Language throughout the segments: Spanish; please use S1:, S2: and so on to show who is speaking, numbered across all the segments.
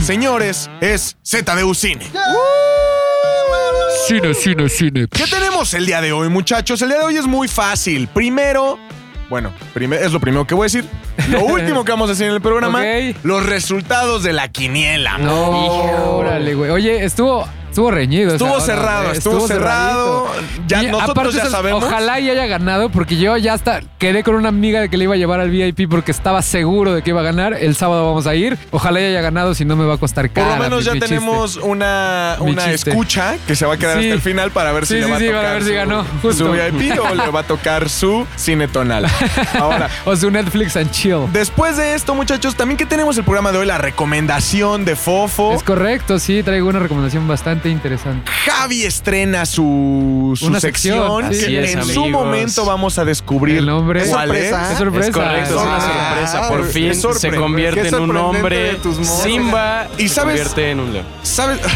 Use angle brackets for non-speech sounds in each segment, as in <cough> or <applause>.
S1: Señores, es ZDU Cine.
S2: Cine, cine, cine.
S1: ¿Qué tenemos el día de hoy, muchachos? El día de hoy es muy fácil. Primero, bueno, prime- es lo primero que voy a decir.
S3: <laughs>
S1: Lo último que vamos a decir en el programa,
S3: Ok.
S1: los resultados de la quiniela.
S3: No. Órale, güey. Oye, estuvo, estuvo reñido. esa
S1: Estuvo
S3: hora,
S1: cerrado,
S3: güey.
S1: estuvo, cerrado.
S3: cerradito.
S1: Ya
S3: Y
S1: nosotros
S3: aparte,
S1: ya
S3: eso-
S1: sabemos.
S3: Ojalá y haya ganado, porque yo ya hasta quedé con una amiga de que le iba a llevar al VIP porque estaba seguro de que iba a ganar. El sábado vamos a ir. Ojalá y haya ganado, si no me va a costar
S1: Por
S3: cara.
S1: lo menos
S3: mi-
S1: ya
S3: mi chiste.
S1: tenemos una,
S3: Mi
S1: una
S3: chiste.
S1: escucha que se va a quedar
S3: Sí.
S1: hasta el final para ver si
S3: Sí,
S1: le
S3: sí,
S1: va
S3: sí,
S1: a
S3: para
S1: tocar
S3: ver si
S1: su-
S3: ganó,
S1: su
S3: justo.
S1: VIP o le va a tocar su cine
S3: <laughs>
S1: tonal. Ahora,
S3: O su Netflix and chill.
S1: después de esto, muchachos, también que tenemos el programa de hoy, la recomendación de Fofo.
S3: Es correcto, sí, traigo una recomendación bastante interesante.
S1: Javi estrena su, su
S3: Una
S1: sección.
S3: sección,
S1: que
S3: sí.
S1: en
S4: Así es,
S1: su
S4: amigos.
S1: momento vamos a descubrir
S3: El nombre. Es
S1: cuál
S5: sorpresa.
S1: Ah, es.
S3: Es sorpresa.
S4: Es correcto, es una
S1: Ah,
S4: sorpresa. Por
S1: qué
S4: fin se
S1: sorprendente.
S5: Qué
S4: convierte en un
S5: sorprendente
S4: hombre.
S5: de tus modos.
S4: Simba
S1: ¿Y
S4: se
S1: sabes?
S4: convierte en un león.
S1: ¿Sabes? <laughs>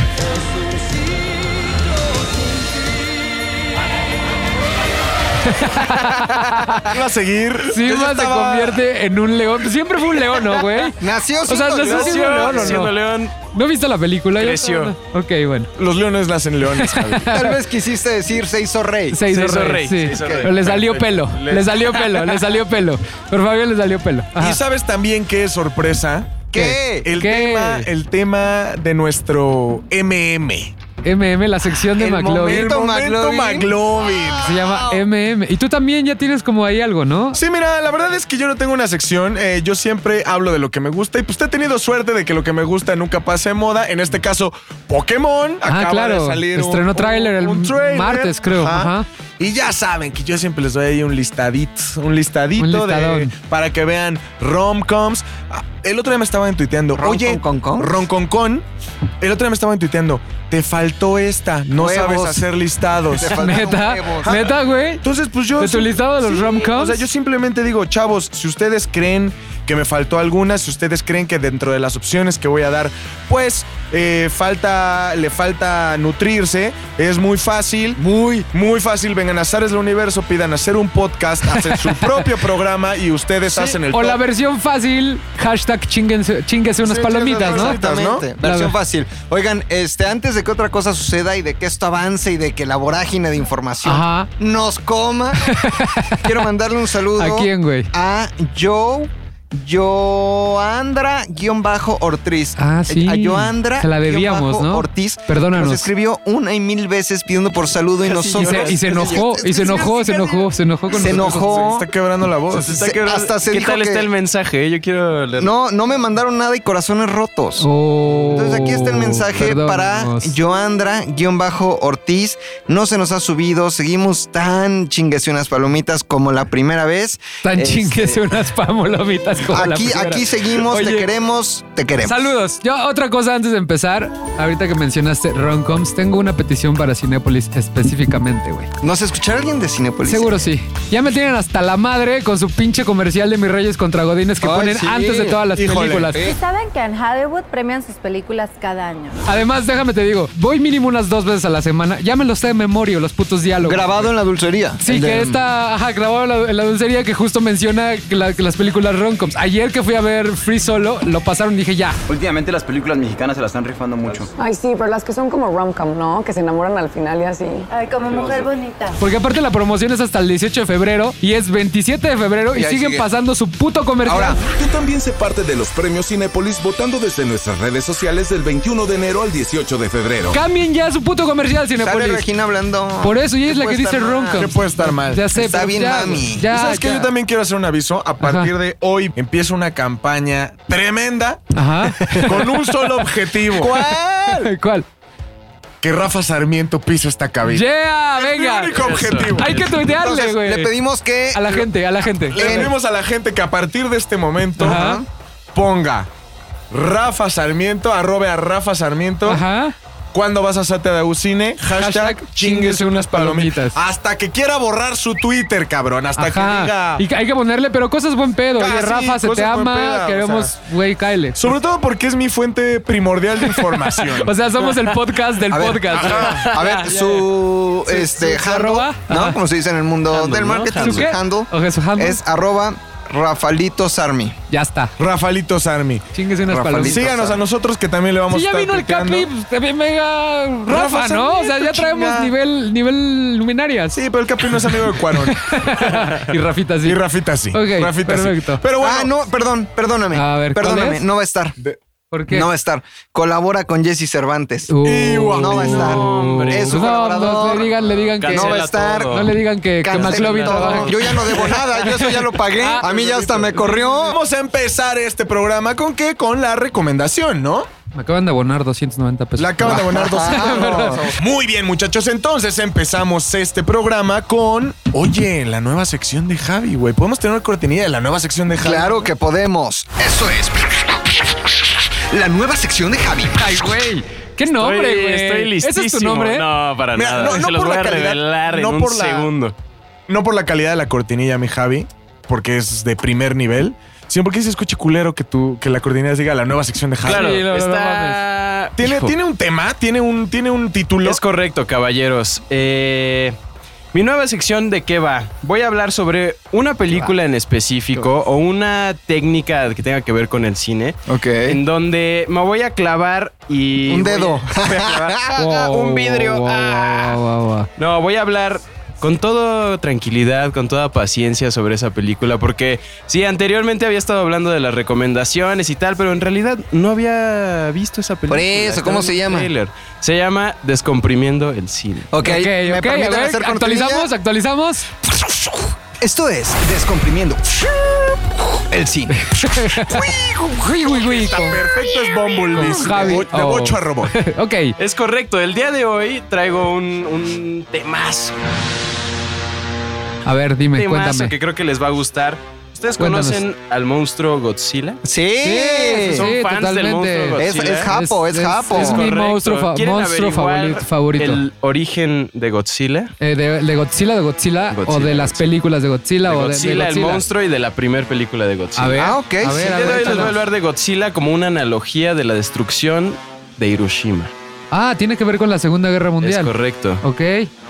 S1: Iba a seguir. Yo ya
S3: Simba se
S1: estaba-
S3: convierte en un león. Siempre fue un león,
S1: <laughs>
S3: ¿no, güey?
S5: Nació
S3: sea,
S5: siendo
S3: nació
S5: león.
S3: siendo- un león o no?
S4: siendo león.
S3: ¿No viste la película? Yo
S4: Creció.
S3: estaba- Ok, bueno.
S1: Los leones nacen leones, Javi.
S5: Tal vez quisiste decir se hizo rey.
S3: Se hizo,
S4: Se hizo
S3: rey,
S4: rey,
S3: sí.
S4: se hizo rey.
S3: Pero le salió
S4: Perfecto.
S3: pelo,
S4: Le-
S3: le salió pelo, le salió pelo. Por Fabio le salió pelo. <laughs> Ajá.
S1: Y sabes también qué es sorpresa.
S5: ¿Qué?
S1: El
S3: ¿Qué?
S1: tema, el tema de nuestro MM.
S3: MM, la sección de
S1: el
S3: McLovin.
S1: momento momento
S5: McLovin.
S1: McLovin.
S3: Se llama MM. Y tú también ya tienes como ahí algo, ¿no?
S1: Sí, mira, la verdad es que yo no tengo una sección. eh, yo siempre hablo de lo que me gusta y pues he tenido suerte de que lo que me gusta nunca pase de moda. En este caso, Pokémon.
S3: Ah,
S1: acaba
S3: claro.
S1: de salir. un-
S3: Estrenó tráiler el
S1: tráiler.
S3: martes, creo. Ajá.
S1: Y ya saben que yo siempre les doy ahí un listadito, un listadito
S3: Un
S1: de,
S3: listadón.
S1: para que vean romcoms. Ah, El otro día me estaban tuiteando,
S5: ¿Rom
S1: oye,
S5: con con con?
S1: ronconcon. El otro día me estaban tuiteando, te faltó esta, no
S5: Huevos.
S1: sabes hacer listados.
S5: Te faltaron
S3: Neta,
S5: huevos.
S3: neta, güey.
S1: Entonces, pues yo.
S3: ¿De tu listado de los rom-coms?
S1: O sea, yo simplemente digo, chavos, si ustedes creen que me faltó alguna, si ustedes creen que dentro de las opciones que voy a dar, pues eh, falta, le falta nutrirse, es muy fácil. Muy, muy fácil. Vengan a Zares del Universo, pidan hacer un podcast, hacen su propio programa y ustedes hacen el
S3: O la
S1: top.
S3: versión fácil, hashtag chinguense, chinguese unas
S1: Sí,
S3: palomitas,
S1: chinguense
S3: ¿no?
S1: unas palomitas, ¿no?
S5: Exactamente. Versión fácil. Oigan, este, antes de que otra cosa suceda y de que esto avance y de que la vorágine de información
S3: Ajá. <laughs>
S5: nos coma, quiero mandarle un saludo
S3: ¿A quién, güey?
S5: a Joe. Joandra-Ortiz.
S3: Ah, sí.
S5: A Joandra.
S3: Se la debíamos, ¿no?
S5: Ortiz.
S3: Perdónanos.
S5: Nos escribió una y mil veces pidiendo por saludo
S3: <laughs>
S5: y
S3: Y
S5: nosotros.
S3: se, y
S5: <laughs>
S3: se enojó, y se enojó, se enojó, se enojó con
S5: Se
S3: nosotros.
S1: Se
S5: enojó.
S1: está quebrando la voz.
S4: Se está
S5: Se-
S4: quebrando-
S5: hasta se
S4: ¿Qué
S5: dijo
S4: tal
S5: que-
S4: está el mensaje? Yo quiero leer.
S5: No, no me mandaron nada y corazones rotos.
S3: Oh,
S5: Entonces aquí está el mensaje para
S3: perdónanos.
S5: Joandra-Ortiz. No se nos ha subido, seguimos tan chingues unas palomitas como la primera vez.
S3: Tan
S5: Este,
S3: chinguese unas pamolomitas como la
S5: Aquí,
S3: primera.
S5: aquí seguimos, te
S3: Oye,
S5: queremos, te queremos.
S3: Saludos. Yo otra cosa antes de empezar, ahorita que mencionaste Roncoms, tengo una petición para Cinépolis específicamente, güey.
S5: ¿Nos escuchará alguien de Cinepolis?
S3: Seguro sí. Ya me tienen hasta la madre con su pinche comercial de mis reyes contra godines que
S5: Ay,
S3: ponen
S5: sí.
S3: antes de todas las
S1: Híjole.
S3: películas.
S6: ¿Y saben que en Hollywood premian sus películas cada año?
S3: Además, déjame te digo, voy mínimo unas dos veces a la semana. Ya me los sé de memoria los putos diálogos.
S5: Grabado en la dulcería.
S3: Sí,
S5: El
S3: que
S5: de-
S3: está ajá, grabado en la, en la dulcería que justo menciona que la- que las películas romcoms. Ayer que fui a ver Free Solo, lo pasaron y dije ya.
S7: Últimamente las películas mexicanas se las están rifando mucho.
S8: Ay, sí, pero las que son como rom-com, ¿no? Que se enamoran al final y así.
S6: Ay, como mujer bonita.
S3: Porque aparte la promoción es hasta el 18 de febrero y es 27 de febrero y,
S5: Y ahí
S3: siguen
S5: sigue.
S3: pasando su puto comercial.
S5: Ahora,
S9: Tú también sé parte de los premios Cinépolis votando desde nuestras redes sociales del 21 de enero al 18 de febrero.
S3: Cambien ya su puto comercial,
S5: Sale
S3: Cinepolis.
S5: Regina hablando.
S3: Por eso, y ella es la
S5: ¿Qué
S3: que
S5: puede
S3: dice
S5: estar mal?
S3: romcom.
S1: ¿Qué puede estar mal?
S3: Ya sé,
S5: Está
S3: pero
S5: bien,
S3: ya,
S5: mami.
S3: Ya,
S1: ¿Sabes qué?
S3: ya.
S1: Yo también quiero hacer un aviso. A partir de hoy empieza una campaña tremenda
S5: <laughs>
S3: Ajá.
S1: con un solo objetivo.
S3: ¿Cuál?
S1: Que Rafa Sarmiento pise esta cabina.
S3: Yeah, venga.
S1: único objetivo.
S3: Hay que tuitearle,
S5: Entonces,
S3: güey.
S5: le pedimos que
S3: a la gente, a la gente.
S1: Le pedimos a la gente que a partir de este momento
S3: Ajá.
S1: ponga Rafa Sarmiento, arrobe a Rafa Sarmiento.
S3: Ajá.
S1: ¿Cuándo vas a Sate de Cine? Hashtag
S3: Hashtag
S1: chingues unas palomitas.
S3: palomitas.
S1: Hasta que quiera borrar su Twitter, cabrón. Hasta que diga.
S3: Ajá. Y que hay que ponerle, pero cosas buen pedo.
S1: Ah,
S3: Oye,
S1: sí,
S3: Rafa, se te
S1: cosas buen
S3: ama.
S1: pedo, o
S3: queremos,
S1: sea.
S3: güey, cáele.
S1: Sobre todo porque es mi fuente primordial de información.
S3: <laughs> O sea, somos el podcast del
S5: A ver,
S3: podcast.
S5: A ver, su este
S3: Ah, su
S5: handle,
S3: arroba,
S5: ¿no?
S3: ajá.
S5: Como se dice en el mundo del
S4: ¿no?
S5: marketing,
S3: ¿Su
S5: su
S3: qué?
S5: handle
S3: Ok, su handle.
S5: es arroba Rafalito Sarmi.
S3: Ya está.
S1: Rafalito Sarmi.
S3: Chingues unas
S5: Rafaelito.
S3: palomitas.
S1: Síganos a nosotros que también le vamos
S3: Sí,
S1: a
S3: ya
S1: estar
S3: vino el
S1: tuiteando.
S3: Capi, pues, también mega Rafa,
S1: Rafa
S3: ¿no? O sea, ya
S1: Sarmiento,
S3: traemos
S1: chinga.
S3: nivel, nivel luminarias.
S1: Sí, pero el Capi no es amigo de Cuarón.
S3: <laughs> Y Rafita sí.
S1: Y Rafita sí.
S3: Ok,
S1: Rafita sí.
S3: perfecto.
S1: Pero bueno,
S5: Ah, no, perdón, perdóname.
S3: A ver, ¿cuál
S5: perdóname,
S3: es?
S5: no va a estar.
S3: ¿Por qué?
S5: No va a estar. Colabora con Jesse Cervantes.
S1: Igual.
S5: No va a estar.
S3: Hombre.
S5: Es un
S3: no, no,
S5: colaborador.
S3: le digan, le digan que
S5: No va a estar.
S3: no le digan que, que
S5: Cancelen
S3: McLovin
S5: todo.
S3: trabaja. aquí.
S5: Yo ya no debo nada, yo eso ya lo
S1: <laughs>
S5: pagué. A mí ya hasta me corrió.
S1: Vamos a empezar este programa con qué? Con la recomendación, ¿no?
S3: Me acaban de abonar 290 pesos.
S1: La acaban de abonar dos. Muy bien, muchachos. Entonces empezamos este programa con. Oye, la nueva sección de Javi, güey. Podemos tener una cortinilla de la nueva sección de Javi.
S5: Claro que podemos. Eso es. La nueva sección de Javi.
S3: Ay, güey. ¿Qué nombre,
S4: Estoy-
S3: güey?
S4: Estoy listísimo.
S3: ¿Ese es tu nombre?
S4: No, para
S1: Mira,
S4: nada.
S1: no- no
S4: Se los
S1: por
S4: voy
S1: la
S4: a
S1: calidad,
S4: revelar
S1: no
S4: en
S1: por
S4: un
S1: la-
S4: segundo.
S1: No por la calidad de la cortinilla, mi Javi, porque es de primer nivel, sino porque se escucha culero que, tú, que la cortinilla diga la nueva sección de Javi.
S4: Claro,
S3: no, no, no
S4: está...
S1: ¿Tiene,
S4: Hijo.
S1: tiene un tema, tiene un, tiene un título.
S4: Es correcto, caballeros. Eh, mi nueva sección de qué va. Voy a hablar sobre una película en específico o una técnica que tenga que ver con el cine.
S5: Ok.
S4: En donde me voy a clavar y.
S5: Un
S4: voy a-
S5: dedo.
S4: voy a
S3: <laughs>
S4: clavar-
S3: Wow,
S4: un vidrio.
S3: wow,
S4: Ah.
S3: wow, wow, wow.
S4: No, voy a hablar con toda tranquilidad, con toda paciencia sobre esa película, porque sí, anteriormente había estado hablando de las recomendaciones y tal, pero en realidad no había visto esa película.
S5: eso, ¿cómo
S4: Está en
S5: se
S4: el
S5: llama?
S4: tráiler. Se llama Descomprimiendo el cine.
S5: Ok,
S3: Ok,
S5: ¿me
S3: ok, a
S5: permiten
S3: ver,
S5: hacer cortinilla?
S3: actualizamos, actualizamos.
S5: Esto es Descomprimiendo el cine.
S3: Uy, uy, uy.
S1: Perfecto es Bumblebee.
S3: Con Javi.
S1: De, bo- de
S3: Oh.
S1: bocho a robot.
S3: <laughs> Ok.
S4: <laughs> Es correcto, el día de hoy traigo un, un temazo,
S3: A ver, dime,
S4: temazo
S3: cuéntame.
S4: que creo que les va a gustar. ¿Ustedes
S3: Cuéntanos.
S4: conocen al monstruo Godzilla?
S5: Sí.
S3: Sí,
S4: Son fans del
S3: totalmente.
S4: monstruo
S5: Es-
S4: Godzilla.
S5: es Japo, es Japo.
S3: Es, mi
S4: Correcto.
S3: monstruo, fa-
S4: ¿Quieren
S3: monstruo
S4: averiguar
S3: favorito. favorito.
S4: El origen de Godzilla.
S3: Eh, de, de Godzilla, de Godzilla, o
S4: Godzilla,
S3: de las
S4: Godzilla.
S3: películas de Godzilla
S4: de
S3: o de- de
S4: Godzilla, el
S3: Godzilla.
S4: monstruo y de la primera película de Godzilla.
S3: A ver,
S5: Ah,
S3: a
S5: ok, sí,
S3: ver, a
S4: El día
S3: ver,
S4: de hoy les voy a
S3: échanos.
S4: hablar de Godzilla como una analogía de la destrucción de Hiroshima.
S3: Ah, tiene que ver con la Segunda Guerra
S4: Es
S3: Mundial.
S4: correcto.
S3: Ok.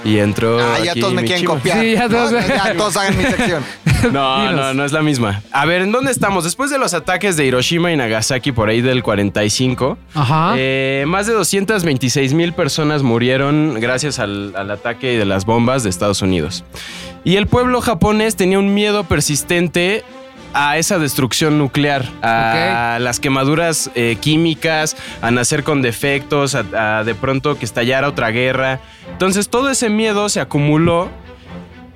S4: Y entró.
S5: Ah, ya
S4: aquí
S5: todos me
S4: mi
S5: quieren
S4: chivo.
S5: copiar.
S3: Sí, ya todos-
S5: No, ya
S3: <laughs>
S5: todos hagan mi sección.
S4: <laughs> No,
S3: Dinos.
S4: no, no es la misma. A ver, ¿en dónde estamos? Después de los ataques de Hiroshima y Nagasaki por ahí del 45,
S3: Ajá.
S4: eh, más de 226 mil personas murieron gracias al, al ataque de las bombas de Estados Unidos. Y el pueblo japonés tenía un miedo persistente a esa destrucción nuclear, a las quemaduras eh, químicas, a nacer con defectos, a, a de pronto que estallara otra guerra. Entonces todo ese miedo se acumuló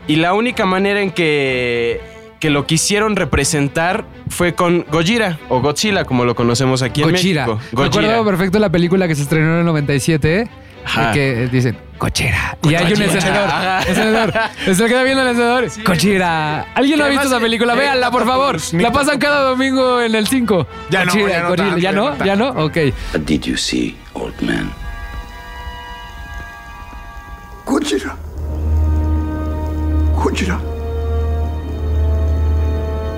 S4: y la única manera en que, que lo quisieron representar fue con Gojira o Godzilla, como lo conocemos aquí
S3: Cochira.
S4: en México.
S3: Me acuerdo perfecto la película que se estrenó en el 97, ¿eh?
S4: Ajá.
S3: que eh, dicen cochera. Y hay un
S4: Cochera.
S3: encendedor.
S4: Ajá. <laughs>
S3: Encendedor. Se queda viendo el encendedor. cochira. ¿Alguien no ha
S4: Que
S3: visto esa
S4: además,
S3: película?
S4: eh,
S3: Véanla, por favor.
S1: ni
S3: La pasan cada domingo en el 5.
S1: Ya no, ya no tanto,
S3: ¿Ya
S1: ya no
S3: no? ¿Ya no? Ok.
S2: What did you see, old man?
S10: Gojira. Gojira.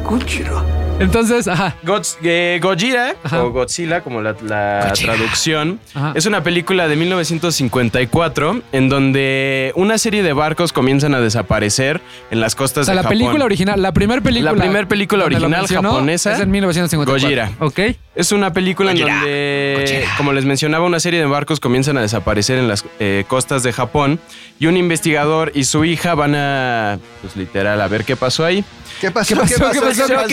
S10: Gojira.
S3: Entonces, ajá.
S4: Godz- eh, Gojira,
S3: Ajá.
S4: o Godzilla, como la, la traducción,
S3: Ajá.
S4: es una película de 1954 en donde una serie de barcos comienzan a desaparecer en las costas
S3: O sea,
S4: de
S3: la
S4: Japón.
S3: película original, la primera película.
S4: La primer película
S3: donde lo
S4: original
S3: mencionó
S4: japonesa,
S3: Es en 1954.
S4: Gojira.
S3: Ok.
S4: Es una película en donde, como les mencionaba, una serie de barcos comienzan a desaparecer en las eh, costas de Japón y un investigador y su hija van a, pues literal, a ver qué pasó ahí.
S5: ¿Qué pasó?
S3: ¿Qué pasó? ¿Qué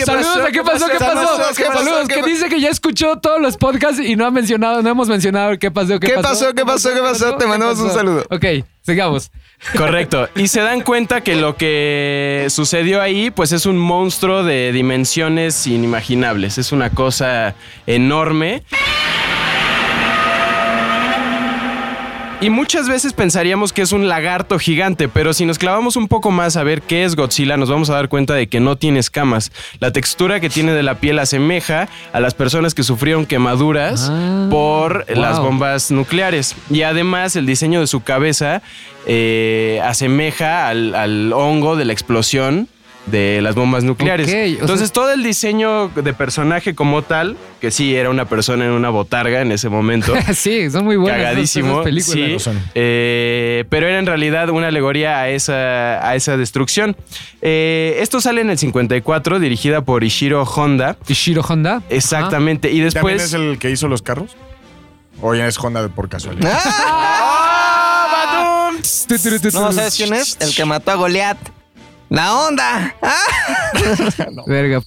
S3: pasó? Saludos a ¿Qué pasó? ¿Qué pasó?
S5: ¿Qué pasó?
S3: Saludos,
S5: ¿Qué
S3: que
S5: pasó?
S3: dice que ya escuchó todos los podcasts y no ha mencionado, no hemos mencionado qué pasó, qué
S5: ¿Qué
S3: pasó.
S5: pasó? ¿Qué pasó? ¿Qué pasó? Te
S3: ¿Qué
S5: mandamos un
S3: pasó?
S5: saludo.
S3: Ok, sigamos. <laughs>
S4: Correcto. Y se dan cuenta que lo que sucedió ahí, pues es un monstruo de dimensiones inimaginables. Es una cosa enorme. Y muchas veces pensaríamos que es un lagarto gigante, pero si nos clavamos un poco más a ver qué es Godzilla, nos vamos a dar cuenta de que no tiene escamas. La textura que tiene de la piel asemeja a las personas que sufrieron quemaduras
S3: Ah,
S4: por las
S3: wow.
S4: bombas nucleares. Y además el diseño de su cabeza eh, asemeja al, al hongo de la explosión de las bombas nucleares.
S3: Ok, o sea-
S4: Entonces, todo el diseño de personaje como tal, que sí era una persona en una botarga en
S3: <laughs>
S4: ese momento.
S3: sí, son muy buenas. esas-
S4: <laughs> Cagadísimo,
S3: esas películas.
S4: sí,
S1: Lo son.
S4: eh, pero era en realidad una alegoría a esa, a esa destrucción. Eh, esto sale en el 54, dirigida por Ishiro Honda.
S3: Ishiro Honda.
S4: Exactamente. Y
S1: ¿También
S4: después.
S1: es el que hizo los carros? ¿O ya es Honda por casualidad?
S4: ¡Ah, badum!
S5: <laughs> No, ¿sabes quién es? El que mató a Goliat. La onda. ¡Ah!
S3: Verga.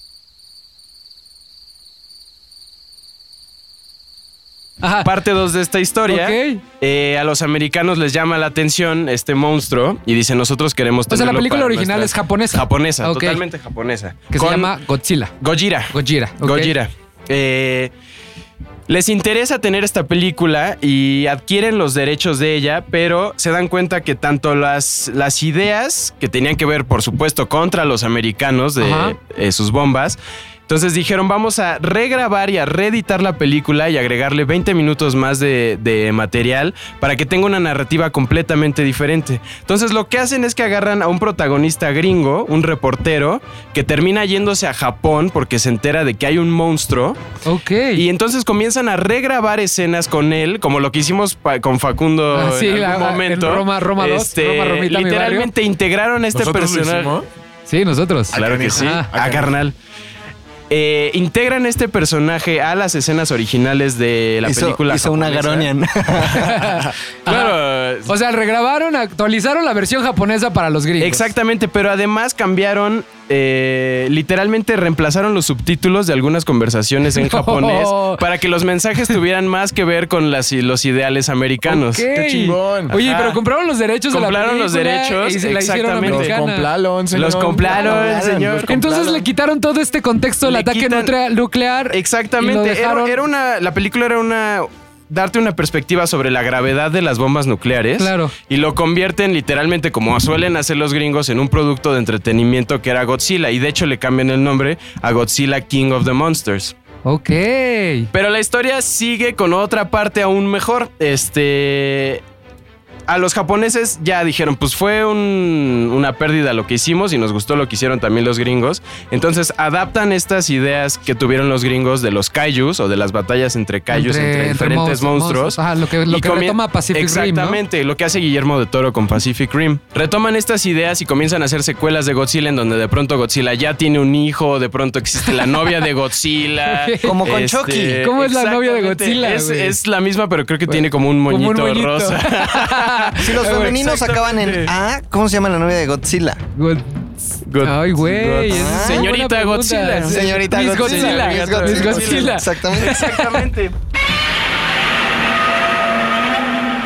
S3: Ajá.
S4: Parte 2 de esta historia.
S3: Ok.
S4: Eh, a los americanos les llama la atención este monstruo y dicen nosotros queremos
S3: O sea, la
S4: tenerlo
S3: película
S4: para
S3: original
S4: nuestras-
S3: es japonesa.
S4: Japonesa,
S3: Ok.
S4: totalmente japonesa.
S3: Que
S4: Con
S3: se llama Godzilla.
S4: Gojira.
S3: Gojira. ok.
S4: Gojira. Eh, les interesa tener esta película y adquieren los derechos de ella, pero se dan cuenta que tanto las, las ideas que tenían que ver, por supuesto, contra los americanos
S3: Ajá.
S4: de eh, sus bombas. Entonces dijeron, vamos a regrabar y a reeditar la película y agregarle 20 minutos más de, de material para que tenga una narrativa completamente diferente. Entonces lo que hacen es que agarran a un protagonista gringo, un reportero, que termina yéndose a Japón porque se entera de que hay un monstruo.
S3: Ok.
S4: Y entonces comienzan a regrabar escenas con él, como lo que hicimos pa- con Facundo
S3: Ah, sí,
S4: en algún
S3: la-
S4: momento. Este,
S3: en Roma- Roma dos, Roma, Romita, mi
S4: literalmente integraron a este
S1: ¿Nosotros lo
S4: personaje.
S1: hicimos?
S3: Sí, nosotros.
S4: Claro que sí.
S3: Ah,
S4: A carnal. Eh, integran este personaje a las escenas originales de la
S5: hizo,
S4: película.
S5: hizo una
S4: japonesa. Ah,
S5: Garonian.
S4: Claro.
S3: O sea, regrabaron, actualizaron la versión japonesa para los gringos.
S4: Exactamente, pero además cambiaron, eh, literalmente reemplazaron los subtítulos de algunas
S3: <laughs>
S4: conversaciones en
S3: No.
S4: japonés
S3: Oh.
S4: para que los mensajes tuvieran más que ver con las, los ideales americanos.
S3: Ok.
S1: ¡Qué chingón!
S3: Oye,
S4: Ajá.
S3: pero compraron los derechos
S4: Compraron los
S3: de la película.
S4: derechos,
S3: y se la hicieron
S4: exactamente.
S1: Los
S3: americana.
S1: complaron, señor.
S4: Los compraron, señor.
S3: Entonces le quitaron todo este contexto del
S4: Le
S3: ataque
S4: quitan-
S3: nuclea- nuclear. y lo
S4: Exactamente. Era,
S3: dejaron-
S4: era una. La película era una. Darte una perspectiva sobre la gravedad de las bombas nucleares.
S3: Claro.
S4: Y lo convierten literalmente, como suelen hacer los gringos, en un producto de entretenimiento que era Godzilla. Y de hecho le cambian el nombre a Godzilla King of the Monsters.
S3: Ok.
S4: Pero la historia sigue con otra parte aún mejor. Este. A los japoneses ya dijeron, pues fue un- una pérdida lo que hicimos y nos gustó lo que hicieron también los gringos. Entonces adaptan estas ideas que tuvieron los gringos de los kaijus o de las batallas entre kaijus, entre, diferentes monstruos.
S3: Ajá, lo que, lo
S4: Y
S3: que
S4: comien-
S3: retoma Pacific Rim, ¿no?
S4: Exactamente, lo que hace Guillermo de Toro con Pacific Rim. Retoman estas ideas y comienzan a hacer secuelas de Godzilla en donde de pronto Godzilla ya tiene un hijo, de pronto existe la novia
S3: <laughs>
S4: de Godzilla. Este,
S5: Como con Chucky.
S3: ¿Cómo es la novia de
S4: exactamente,
S3: Godzilla,
S4: Es,
S3: güey?
S4: es la misma, pero creo que tiene como un
S3: Como un
S4: moñito,
S3: moñito.
S4: rosa.
S5: Si los
S4: Exactamente.
S5: femeninos acaban en A, ¿cómo se llama la novia de Godzilla?
S3: God-
S4: God-
S3: Ay, güey.
S4: God-
S3: esa es
S4: Ah, Señorita
S3: buena pregunta.
S4: Godzilla.
S3: Sí.
S5: Señorita
S3: Miss
S5: Godzilla.
S3: Godzilla.
S5: Miss
S3: Miss Godzilla.
S5: Exactamente.
S4: Exactamente.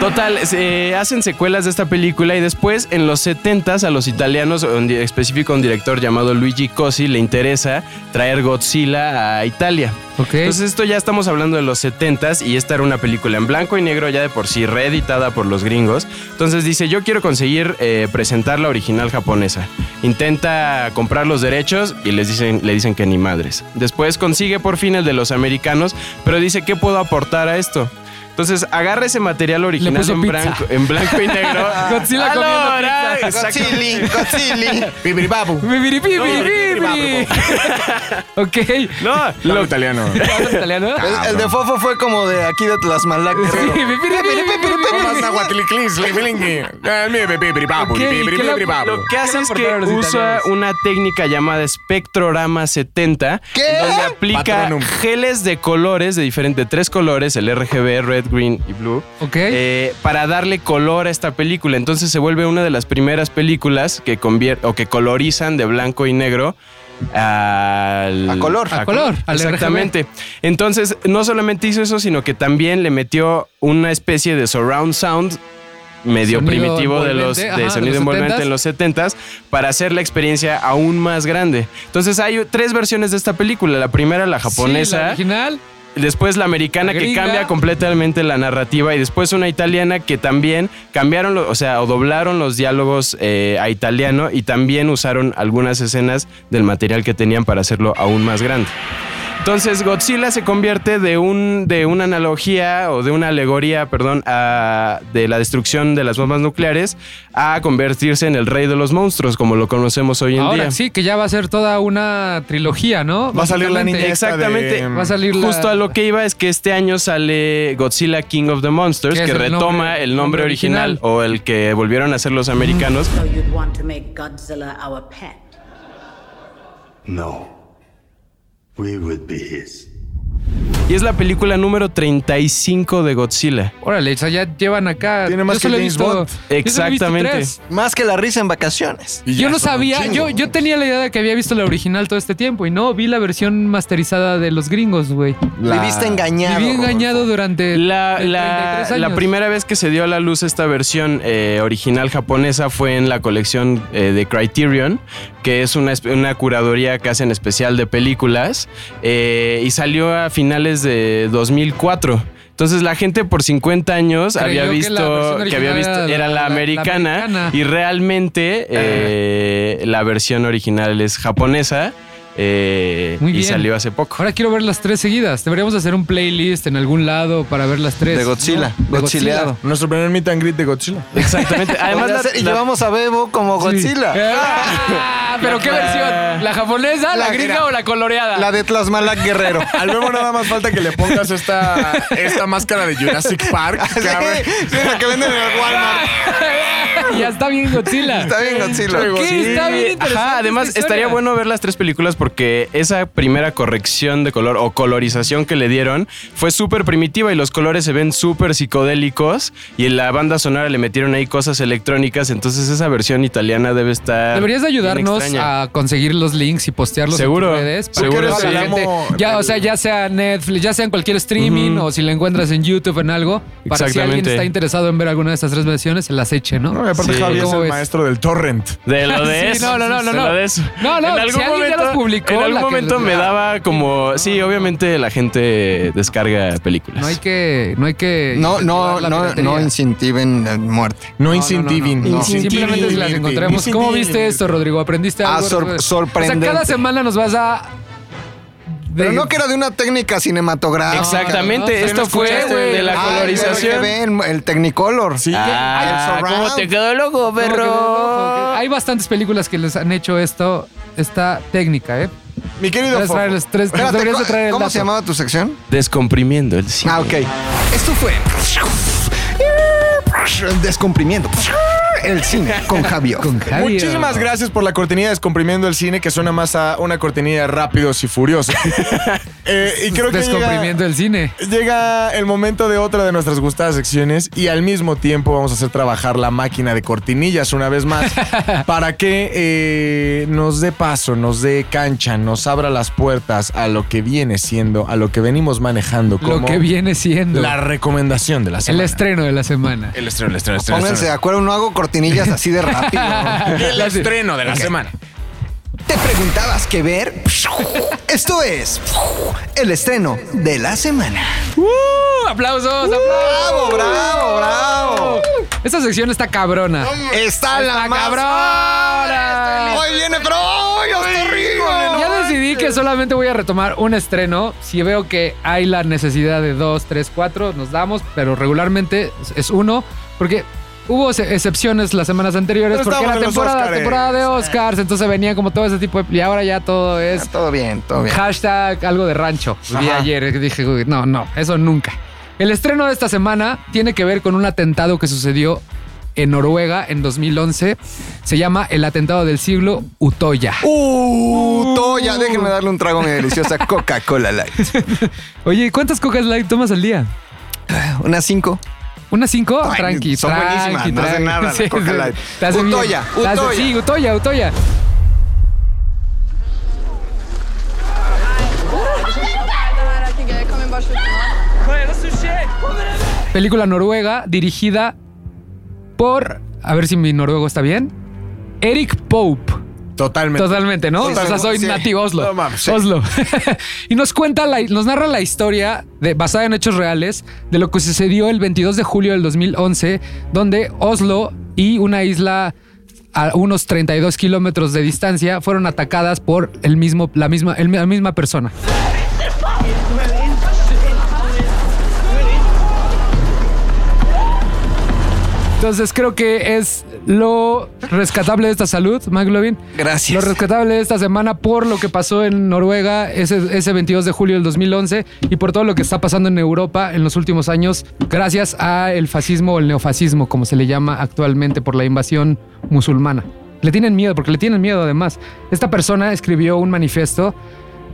S4: Total, se eh, hacen secuelas de esta película y después en los 70s a los italianos, en específico a un director llamado Luigi Cosi, le interesa traer Godzilla a Italia.
S3: Ok.
S4: Entonces esto ya estamos hablando de los 70s y esta era una película en blanco y negro ya de por sí reeditada por los gringos. Entonces dice, yo quiero conseguir eh, presentar la original japonesa. Intenta comprar los derechos y les dicen, le dicen que ni madres. Después consigue por fin el de los americanos, pero dice, ¿qué puedo aportar a esto? Entonces agarra ese material original
S3: puso
S4: en
S3: pizza.
S4: blanco, en blanco y negro.
S3: <laughs>
S4: Ah,
S3: Godzilla comiendo
S4: Alora,
S3: pizza.
S4: exactamente.
S5: Godzilla, Godzilla. Bibiribabu.
S3: Bibiri, bibiri, bibiri. Ok.
S4: <laughs>
S1: <laughs>
S4: No,
S1: Lo
S4: lo-
S1: italiano.
S3: ¿Hablas italiano?
S5: El, el de Fofo fue como de aquí de Tlaxmalak. creo.
S3: Sí, bibiri, bibiri, bibiri.
S1: <laughs> Ah,
S4: Lo que hace
S3: ¿Qué
S4: es que
S3: aportaron los
S4: usa
S3: italianos?
S4: una técnica llamada espectrorama 70,
S5: ¿Qué?
S4: donde aplica
S1: Patronum.
S4: geles de colores de diferente tres colores, el RGB, red, green y blue,
S3: Ok.
S4: eh, para darle color a esta película. Entonces se vuelve una de las primeras películas que convier- o que colorizan de blanco y negro al
S5: A color.
S3: A color, al RGB.
S4: exactamente. Entonces, no solamente hizo eso, sino que también le metió una especie de surround sound medio
S3: Sonido
S4: primitivo de los de
S3: envolvente, ajá, de
S4: sonido
S3: los
S4: envolvente
S3: 70s.
S4: en los 70s para hacer la experiencia aún más grande. Entonces hay tres versiones de esta película, la primera la
S3: Sí, la
S4: japonesa,
S3: original.
S4: después la americana
S3: La
S4: que
S3: gringa.
S4: cambia completamente la narrativa y después una italiana que también cambiaron, lo- o sea, o doblaron los diálogos eh, a italiano y también usaron algunas escenas del material que tenían para hacerlo aún más grande. Entonces Godzilla se convierte de, un, de una analogía o de una alegoría, perdón, a- de la destrucción de las bombas nucleares a convertirse en el rey de los monstruos, como lo conocemos hoy en
S3: Ahora
S4: día.
S3: sí, que ya va a ser toda una trilogía, ¿no?
S1: Va a salir la niña
S3: Básicamente.
S1: esta
S4: Exactamente.
S1: de-
S3: Va a salir la-
S4: Justo a lo que iba es que este año sale Godzilla King of the Monsters,
S3: Que
S4: que,
S3: es el
S4: retoma
S3: nombre-
S4: el nombre
S3: nombre
S4: original,
S3: original.
S4: o el que volvieron a hacer los americanos.
S11: So you'd want to make Godzilla our pet.
S10: No. We would be his.
S4: Y es la película número 35 de Godzilla.
S3: Órale, o sea, ya llevan acá.
S1: Tiene más
S3: yo solo
S1: que
S3: he
S1: James
S3: visto-
S1: Bond.
S3: yo solo he visto
S4: Exactamente.
S3: tres.
S5: Más que la risa en vacaciones.
S3: Yo no sabía, yo, yo tenía la idea de que había visto la original todo este tiempo y no, vi la versión masterizada de los gringos, güey.
S5: Viviste engañado.
S3: Viví engañado durante
S4: La,
S3: 33
S4: la-
S3: años.
S4: la primera vez que se dio a la luz esta versión eh, original japonesa fue en la colección eh, de Criterion, que es una, espe- una curaduría que hacen especial de películas, eh, y salió a finales de 2004. Entonces la gente por 50 años
S3: Creyó
S4: había
S3: que la
S4: visto
S3: versión
S4: que, había
S3: original era
S4: visto
S3: la-
S4: era, la,
S3: la- la
S4: americana,
S3: americana.
S4: y realmente eh, la versión original es japonesa eh,
S3: Muy
S4: y
S3: bien.
S4: salió hace poco.
S3: Ahora quiero ver las tres seguidas. Deberíamos hacer un playlist en algún lado para ver las tres.
S5: De Godzilla, Godzileado.
S1: Nuestro primer meet and greet de Godzilla.
S4: Exactamente. Además, la-
S5: y
S4: la-
S5: llevamos a Bebo como Godzilla.
S3: Sí. Ah, ¿Pero qué versión? ¿La japonesa, la,
S5: La
S3: gringa
S5: gra-
S3: o la coloreada?
S5: La de Tlasmalak Guerrero.
S1: Al Memo nada más falta que le pongas esta, esta máscara de Jurassic <laughs> Park.
S5: <laughs> Sí,
S1: cabrón.
S5: sí, la que venden en el
S3: <laughs>
S5: Walmart.
S3: ya está bien Godzilla.
S5: Está bien Godzilla.
S3: ¿Por qué?
S4: Sí,
S3: Está bien
S4: ajá,
S3: interesante esta
S4: además
S3: historia.
S4: estaría bueno ver las tres películas porque esa primera corrección de color o colorización que le dieron fue súper primitiva y los colores se ven súper psicodélicos y en la banda sonora le metieron ahí cosas electrónicas, entonces esa versión italiana debe estar...
S3: Deberías de
S4: bien
S3: ayudarnos
S4: extraña.
S3: a conseguir los links y postearlos
S4: Seguro,
S3: en tus redes. para
S4: seguro,
S3: que
S4: sí.
S3: la gente- ya, o sea, ya sea Netflix, ya sea en cualquier streaming o si la encuentras en YouTube en algo, para si alguien
S4: Exactamente.
S3: está interesado en ver alguna de estas tres versiones, se las eche, ¿no?
S1: No, y aparte
S4: Sí.
S1: Javi es
S3: ¿Cómo
S1: el
S3: ves?
S1: maestro del torrent.
S3: <laughs>
S4: De lo de
S3: Sí,
S4: eso.
S3: no, no, no, no,
S4: de
S3: no.
S4: lo de eso.
S3: No, no,
S4: En
S3: si
S4: algún
S3: alguien ya
S4: momento,
S3: los publicó,
S4: en algún
S3: la que-
S4: momento me daba como... Sí, obviamente la gente descarga películas.
S3: No hay que, no hay que.
S5: No, no,
S3: incentivar la
S5: no,
S3: piratería.
S5: no incentiven la muerte.
S1: No,
S3: incentiven,
S1: incentiven.
S5: no.
S3: Simplemente si las encontremos. ¿Cómo viste esto, Rodrigo? ¿Aprendiste
S5: Ah,
S3: algo?
S5: sor-
S3: O
S5: sorprendente.
S3: sea, cada semana nos vas a.
S5: Pero no que era de una técnica cinematográfica.
S4: Exactamente,
S3: No, no,
S4: esto
S3: no
S4: fue
S3: escuchaste,
S4: de la
S3: güey.
S5: Ay,
S4: colorización.
S5: pero que ven, el Technicolor.
S1: Sí.
S4: Ah,
S5: el surround.
S4: ¿cómo te quedó loco,
S3: Como que de loco,
S4: perro?
S3: que- Hay bastantes películas que les han hecho esto, esta técnica, ¿eh?
S1: Mi querido
S3: Deberías
S1: Fofo.
S3: traer, los tres-
S5: Espérate,
S3: deberías de traer el
S5: ¿Cómo
S3: dato.
S5: se llamaba tu sección?
S4: Descomprimiendo el cine.
S5: Ah, ok. Esto fue. Descomprimiendo. El cine con Javio. Con
S3: Javier.
S1: Muchísimas gracias por la cortinilla Descomprimiendo el Cine, que suena más a una cortinilla de rápidos y
S3: <laughs>
S1: furiosos. Eh, y creo que llega,
S3: Descomprimiendo el cine.
S1: llega el momento de otra de nuestras gustadas secciones y al mismo tiempo vamos a hacer trabajar la máquina de cortinillas una vez
S3: <laughs>
S1: más para que eh, nos dé paso, nos dé cancha, nos abra las puertas a lo que viene siendo, a lo que venimos manejando como
S3: Lo que viene siendo
S1: la Eh. recomendación de la
S3: el
S1: semana.
S3: estreno de la semana.
S1: El estreno, el estreno, el estreno, el
S5: Pónganse de
S1: estreno.
S5: acuerdo, no hago cortinillas así de rápido.
S1: El estreno de la semana.
S5: ¿Te preguntabas qué ver? Esto es el estreno de la semana.
S3: ¡Uh! ¡Aplausos! ¡Bravo,
S5: bravo, bravo!
S3: Esta sección está cabrona.
S5: Está la más-
S3: cabrona!
S5: Hoy viene, pero hoy hasta arriba.
S3: Ya decidí que solamente voy a retomar un estreno. Si veo que hay la necesidad de dos, tres, cuatro, nos damos, pero regularmente es- es uno, porque hubo ex- excepciones las semanas anteriores,
S1: Pero
S3: porque era
S1: estaban los
S3: temporada,
S1: Óscares. Ah.
S3: temporada de Oscars, entonces venía como todo ese tipo de... Y ahora ya todo es
S5: Todo bien, todo bien.
S3: Hashtag algo de rancho. Vi
S5: Ajá.
S3: ayer que dije, "Uy, no, no, eso nunca. El estreno de esta semana tiene que ver con un atentado que sucedió en Noruega en 2011. Se llama el atentado del siglo Utoya.
S5: Uh, Toya, déjenme darle un trago a mi
S3: <laughs>
S5: deliciosa Coca-Cola Light.
S3: Oye, ¿cuántas cocas light tomas al día?
S5: Una cinco.
S3: ¿Unas cinco?
S5: Ay,
S3: tranqui,
S5: son
S3: tranqui,
S5: buenísimas, no
S3: tranqui.
S5: hacen nada
S3: <laughs>
S5: la Coca Light.
S3: te hace bien.
S5: Utoya,
S3: Te hace-
S5: Utoya.
S3: Sí, Utoya, Utoya. Película noruega dirigida por... A ver si mi noruego está bien. Eric Pope.
S1: Totalmente.
S3: Totalmente, ¿no?
S5: Totalmente.
S3: O sea, soy
S5: Sí.
S3: nativo Oslo.
S1: No mames, sí.
S3: Oslo. <laughs> y nos cuenta, la- nos narra la historia de, basada en hechos reales de lo que sucedió el 22 de julio del 2011, donde Oslo y una isla a unos 32 kilómetros de distancia fueron atacadas por el mismo, la misma, el- la misma persona. Entonces creo que es lo rescatable de esta salud, McLovin.
S5: Gracias.
S3: Lo rescatable de esta semana por lo que pasó en Noruega ese, ese 22 de julio del 2011 y por todo lo que está pasando en Europa en los últimos años, gracias a el fascismo o el neofascismo, como se le llama actualmente por la invasión musulmana. Le tienen miedo, porque le tienen miedo además. Esta persona escribió un manifiesto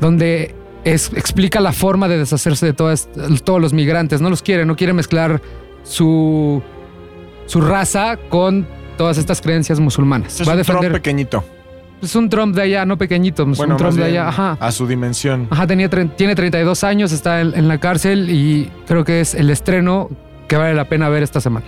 S3: donde es- explica la forma de deshacerse de todas- todos los migrantes. No los quiere, no quiere mezclar su, su raza con todas estas creencias musulmanas.
S1: Este Es
S3: Va a
S1: un Trump
S3: defender.
S1: pequeñito.
S3: Es Pues un Trump de allá, no pequeñito, es
S1: Bueno,
S3: un
S1: más
S3: Trump de
S1: bien
S3: allá. Ajá. Ah,
S1: a su dimensión.
S3: Ajá, tenía, tre- tiene 32 años, está en, en la cárcel y creo que es el estreno que vale la pena ver esta semana.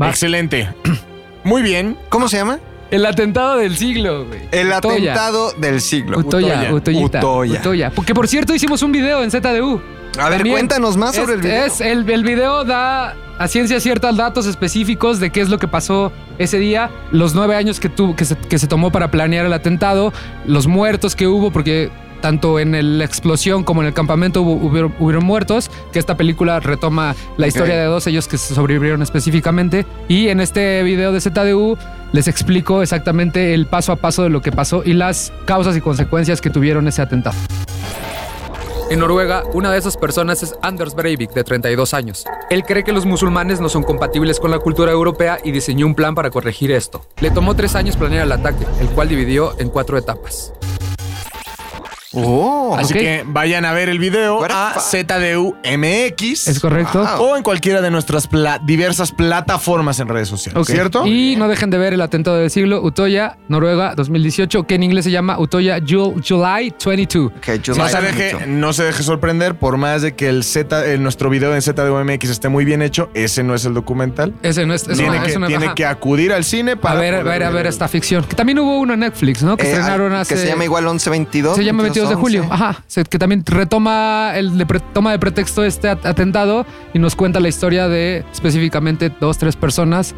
S3: Va.
S1: Excelente. <clears throat> Muy bien.
S5: ¿Cómo se llama?
S3: El atentado del siglo, güey.
S5: El
S3: Utoya.
S5: atentado del siglo.
S3: Utoya, Utoyita.
S5: Utoya.
S3: Utoya. Porque por cierto hicimos un video en ZDU.
S5: A ver,
S3: También
S5: cuéntanos más sobre
S3: es-
S5: el video.
S3: es- el, el video da a ciencia cierta datos específicos de qué es lo que pasó ese día, los nueve años que, tuvo, que, se, que se tomó para planear el atentado, los muertos que hubo, porque tanto en el- la explosión como en el campamento hubo- hubieron, hubieron muertos, que esta película retoma la historia de dos ellos que sobrevivieron específicamente. Y en este video de ZDU les explico exactamente el paso a paso de lo que pasó y las causas y consecuencias que tuvieron ese atentado. En Noruega, una de esas personas es Anders Breivik, de 32 años. Él cree que los musulmanes no son compatibles con la cultura europea y diseñó un plan para corregir esto. Le tomó tres años planear el ataque, el cual dividió en cuatro etapas.
S5: Oh,
S1: Así
S3: Ok.
S1: que vayan a ver el video
S5: What the
S1: a
S5: fuck?
S1: ZDUMX.
S3: ¿Es correcto?
S5: Wow.
S1: O en cualquiera de nuestras pla- diversas plataformas en redes sociales,
S3: Ok.
S1: ¿cierto?
S3: Y no dejen de ver el atentado del siglo, Utoya, Noruega, 2018, que en inglés se llama Utoya Jul- July 22.
S5: que yo eh,
S1: No
S5: like
S1: se,
S5: mucho.
S1: deje, no se deje sorprender, por más de que el Z, eh, nuestro video en ZDUMX esté muy bien hecho, ese no es el documental.
S3: Ese no es, es
S1: tiene
S3: una-
S1: que,
S3: es una-
S1: tiene
S3: ajá.
S1: que acudir al cine
S3: a
S1: para.
S3: ver, a
S1: poder
S3: ver, a ver esta ficción. Que también hubo uno en Netflix, ¿no? Que
S5: Eh,
S3: estrenaron
S5: al-
S3: hace...
S5: Que se llama igual 1122.
S3: Se llama 22 de julio,
S5: 11.
S3: ajá. Se- Que también retoma el de pre- toma de pretexto este at- atentado y nos cuenta la historia de específicamente dos, tres personas.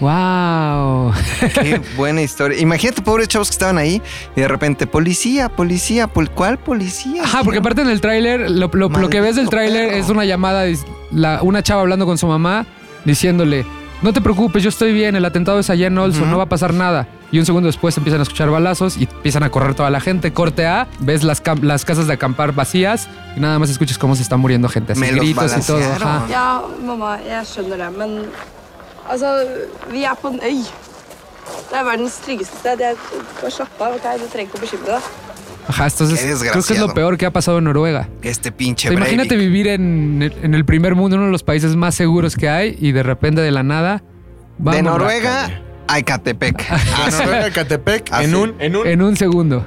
S3: Wow. <laughs>
S5: <laughs> Qué buena historia. Imagínate, pobres chavos que estaban ahí y de repente, policía, policía, pol- ¿cuál policía?
S3: Ajá, porque aparte en el tráiler, lo, lo- lo que ves del
S5: Maldito
S3: tráiler
S5: perro.
S3: es una llamada, dis- la- una chava hablando con su mamá, diciéndole, no te preocupes, yo estoy bien, el atentado es allá en Olson, no va a pasar nada. Y un segundo después empiezan a escuchar balazos y empiezan a correr toda la gente. Corte A, ves las, cam- las casas de acampar vacías y nada más escuchas cómo se está muriendo gente. Así,
S5: Me los
S3: gritos y todo.
S5: balacearon.
S3: Ajá.
S12: Ja, mamma, jeg skjønner det, men altså, vi er på en øy. Det er verdens tryggeste sted. Jeg bare slapp av, ok? Du trenger ikke å bekymre deg.
S3: Ajá, entonces
S5: Qué
S3: creo que es lo
S5: desgraciado.
S3: peor que ha pasado en Noruega.
S5: Este
S3: O
S5: pinche
S3: sea,
S5: Breivik.
S3: imagínate vivir en el, en el primer mundo, uno de los países más seguros que hay, y de repente de la nada. vamos
S5: De
S3: a la
S5: Noruega
S3: <laughs>
S5: a Ecatepec. Ah,
S1: A Noruega, Catepec,
S5: Así.
S1: en un. En un
S3: En un segundo.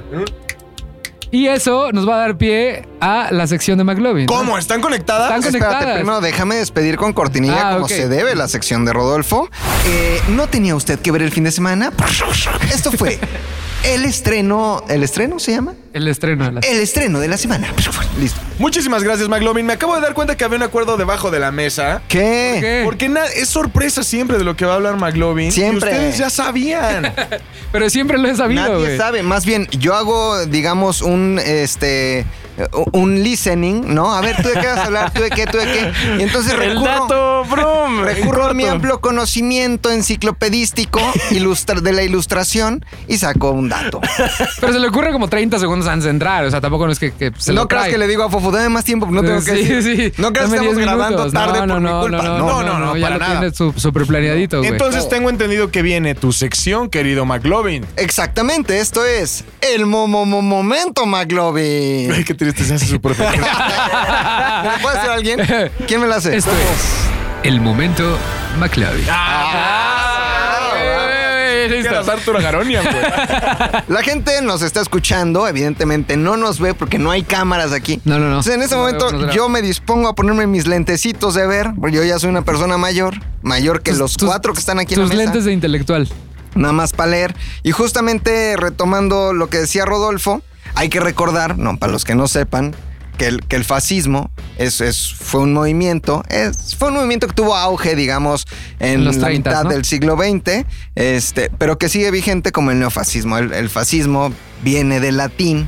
S3: Y eso nos va a dar pie a la sección de McLovin. ¿no?
S1: ¿Cómo? ¿Están conectadas?
S3: Están
S5: Espérate,
S3: conectadas.
S5: primero déjame despedir con cortinilla
S3: Ah,
S5: como
S3: ok.
S5: se debe la sección de Rodolfo. Eh, ¿No tenía usted que ver el fin de semana?
S3: <laughs>
S5: Esto fue el estreno. ¿El estreno se llama?
S3: El estreno. de la-
S5: El estreno de la semana. Listo.
S1: Muchísimas gracias, McLovin. Me acabo de dar cuenta que había un acuerdo debajo de la mesa.
S5: ¿Qué?
S3: ¿Qué?
S1: Porque na- es sorpresa siempre de lo que va a hablar McLovin.
S5: Siempre.
S1: Y ustedes ya
S3: <laughs>
S1: sabían.
S3: Pero siempre lo he sabido,
S5: Nadie
S3: güey.
S5: sabe. Más bien, yo hago, digamos, un este un listening, ¿no? A ver, ¿tú de qué vas a hablar? ¿Tú de qué? ¿Tú de qué? Y entonces
S4: El
S5: recurro,
S4: dato, <laughs> bro.
S5: recurro a mi amplio conocimiento
S3: <laughs>
S5: enciclopedístico ilustra- de la ilustración y saco un dato.
S3: Pero se le ocurre como 30 segundos antes de entrar. O sea, tampoco no es que, que se
S5: no
S3: lo
S5: creas
S3: trae.
S5: que le digo a Fofo, dame más tiempo, no tengo que
S3: Sí,
S5: decir.
S3: sí.
S5: No creas que
S3: Dame
S5: estamos
S3: 10
S5: grabando
S3: minutos.
S5: tarde
S3: no,
S5: por mi culpa.
S3: No, no, no, no, no,
S1: para
S3: ya
S1: nada.
S3: lo tiene su- súper planeadito, Pues, güey.
S1: Entonces tengo entendido que viene tu sección, querido McLovin.
S5: Exactamente, esto es el momo momento McLovin.
S3: <laughs>
S1: Ay, qué triste se hace su propio.
S5: ¿Me la puede
S3: <laughs>
S5: hacer alguien? ¿Quién me la hace?
S3: Esto es el momento McLovin.
S4: Ah,
S3: ah,
S4: ah,
S1: Quieras Arturo Garonia, <laughs> güey.
S5: La gente nos está escuchando, evidentemente no nos ve porque no hay cámaras aquí.
S3: No, no, no.
S5: Entonces, en este
S3: No
S5: momento
S3: vemos, no
S5: yo me dispongo a ponerme mis lentecitos de ver, porque yo ya soy una persona mayor, mayor que
S3: Tus-
S5: los
S3: tus-
S5: cuatro que están aquí en la
S3: Tus
S5: mesa.
S3: lentes de intelectual.
S5: nada más para leer. Y justamente retomando lo que decía Rodolfo, hay que recordar, no, para los que no sepan, que el, que el fascismo es, es- fue un movimiento, es- fue un movimiento que tuvo auge, digamos, en
S3: En los
S5: la
S3: 30s,
S5: mitad
S3: ¿no?
S5: del siglo XX, este, pero que sigue vigente como el neofascismo. El, el fascismo viene del latín.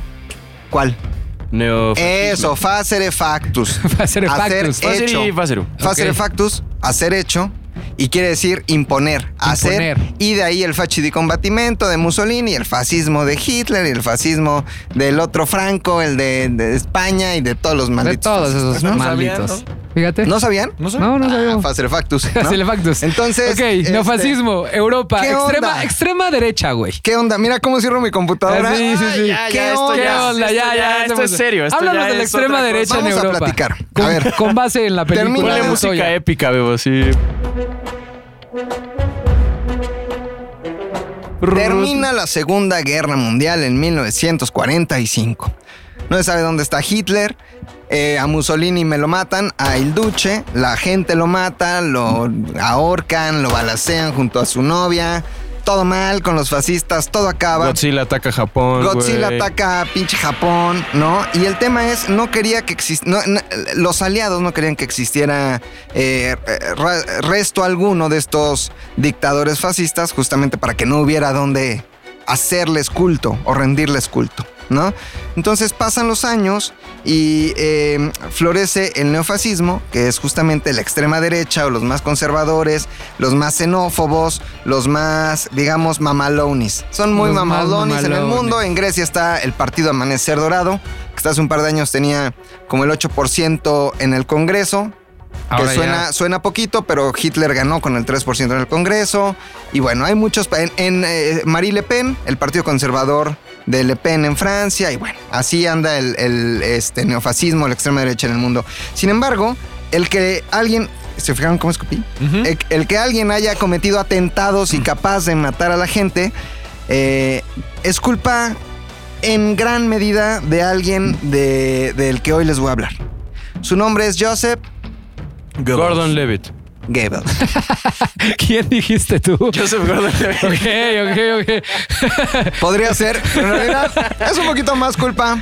S5: ¿Cuál?
S4: <laughs>
S5: Eh,
S4: Neo.
S5: Eso, facere factus.
S3: <laughs> Facere
S5: Hacer
S3: factus. Ah,
S5: hecho.
S4: Facere facero.
S5: Facere
S3: Ok.
S5: factus, hacer hecho. y quiere decir imponer, hacer. Y de ahí el fachi combatimento de Mussolini, el fascismo de Hitler y el fascismo del otro Franco, el de, de España y de todos los malditos.
S3: todos esos
S5: fascistas, ¿no?
S3: malditos.
S5: ¿No sabían, no?
S3: Fíjate.
S5: ¿No sabían?
S3: No sabía. No, no sabía. <laughs>
S5: Ah, Facerfactus. ¿no?
S3: Facerfactus.
S5: Entonces. este,
S3: Ok, neofascismo, Europa,
S5: ¿Qué
S3: extrema,
S5: onda?
S3: extrema derecha, güey.
S5: ¿Qué onda? Mira cómo cierro mi computadora.
S3: Ah, sí, sí, sí.
S5: ¿Qué onda?
S3: ¿Qué onda? Ya, ya,
S4: esto es serio, esto
S3: Háblanos
S4: ya
S3: de la
S4: es
S3: extrema
S4: otra
S3: derecha
S5: Vamos
S3: en
S5: a
S3: Europa.
S5: platicar.
S3: Con,
S5: A ver.
S3: con base en la película.
S5: Termina
S4: Ponle
S3: de
S5: la
S4: música eh,
S3: Zoya.
S4: épica, Bebo, sí.
S5: Termina la Segunda Guerra Mundial en 1945. No se sabe dónde está Hitler. eh, a Mussolini me lo matan, a Il Duce, la gente lo mata, lo ahorcan, lo balacean junto a su novia. Todo mal con los fascistas, todo acaba.
S4: Godzilla ataca Japón.
S5: Godzilla
S4: güey.
S5: ataca a pinche Japón, ¿no? Y el tema es, no quería que existiera, los aliados no querían que existiera eh, ra- resto alguno de estos dictadores fascistas, justamente para que no hubiera donde hacerles culto o rendirles culto, ¿no? Entonces pasan los años y eh, florece el neofascismo, que es justamente la extrema derecha o los más conservadores, los más xenófobos, los más, digamos, mamalonis. Son muy
S3: Los más
S5: mamalonis en el
S3: mamalones.
S5: mundo. En Grecia está el partido Amanecer Dorado, que hasta hace un par de años tenía como el 8% en el Congreso,
S3: Ahora
S5: que
S3: ya.
S5: suena, suena poquito, pero Hitler ganó con el 3% en el Congreso. Y bueno, hay muchos. pa- En, en, eh, Marie Le Pen, el partido conservador de Le Pen en Francia. Y bueno, así anda el, el, este, neofascismo, la extrema derecha en el mundo. Sin embargo, el que alguien. ¿Se fijaron cómo escupí? el, el que alguien haya cometido atentados
S3: Mm.
S5: y capaz de matar a la gente eh, es culpa en gran medida de alguien de- del que hoy les voy a hablar. Su nombre es Joseph
S4: Gordon Levitt.
S5: Goebbels.
S3: ¿Quién dijiste tú?
S4: Joseph Gordon Levitt.
S3: Ok, <laughs> ok,
S5: Podría ser, pero en realidad es un poquito más culpa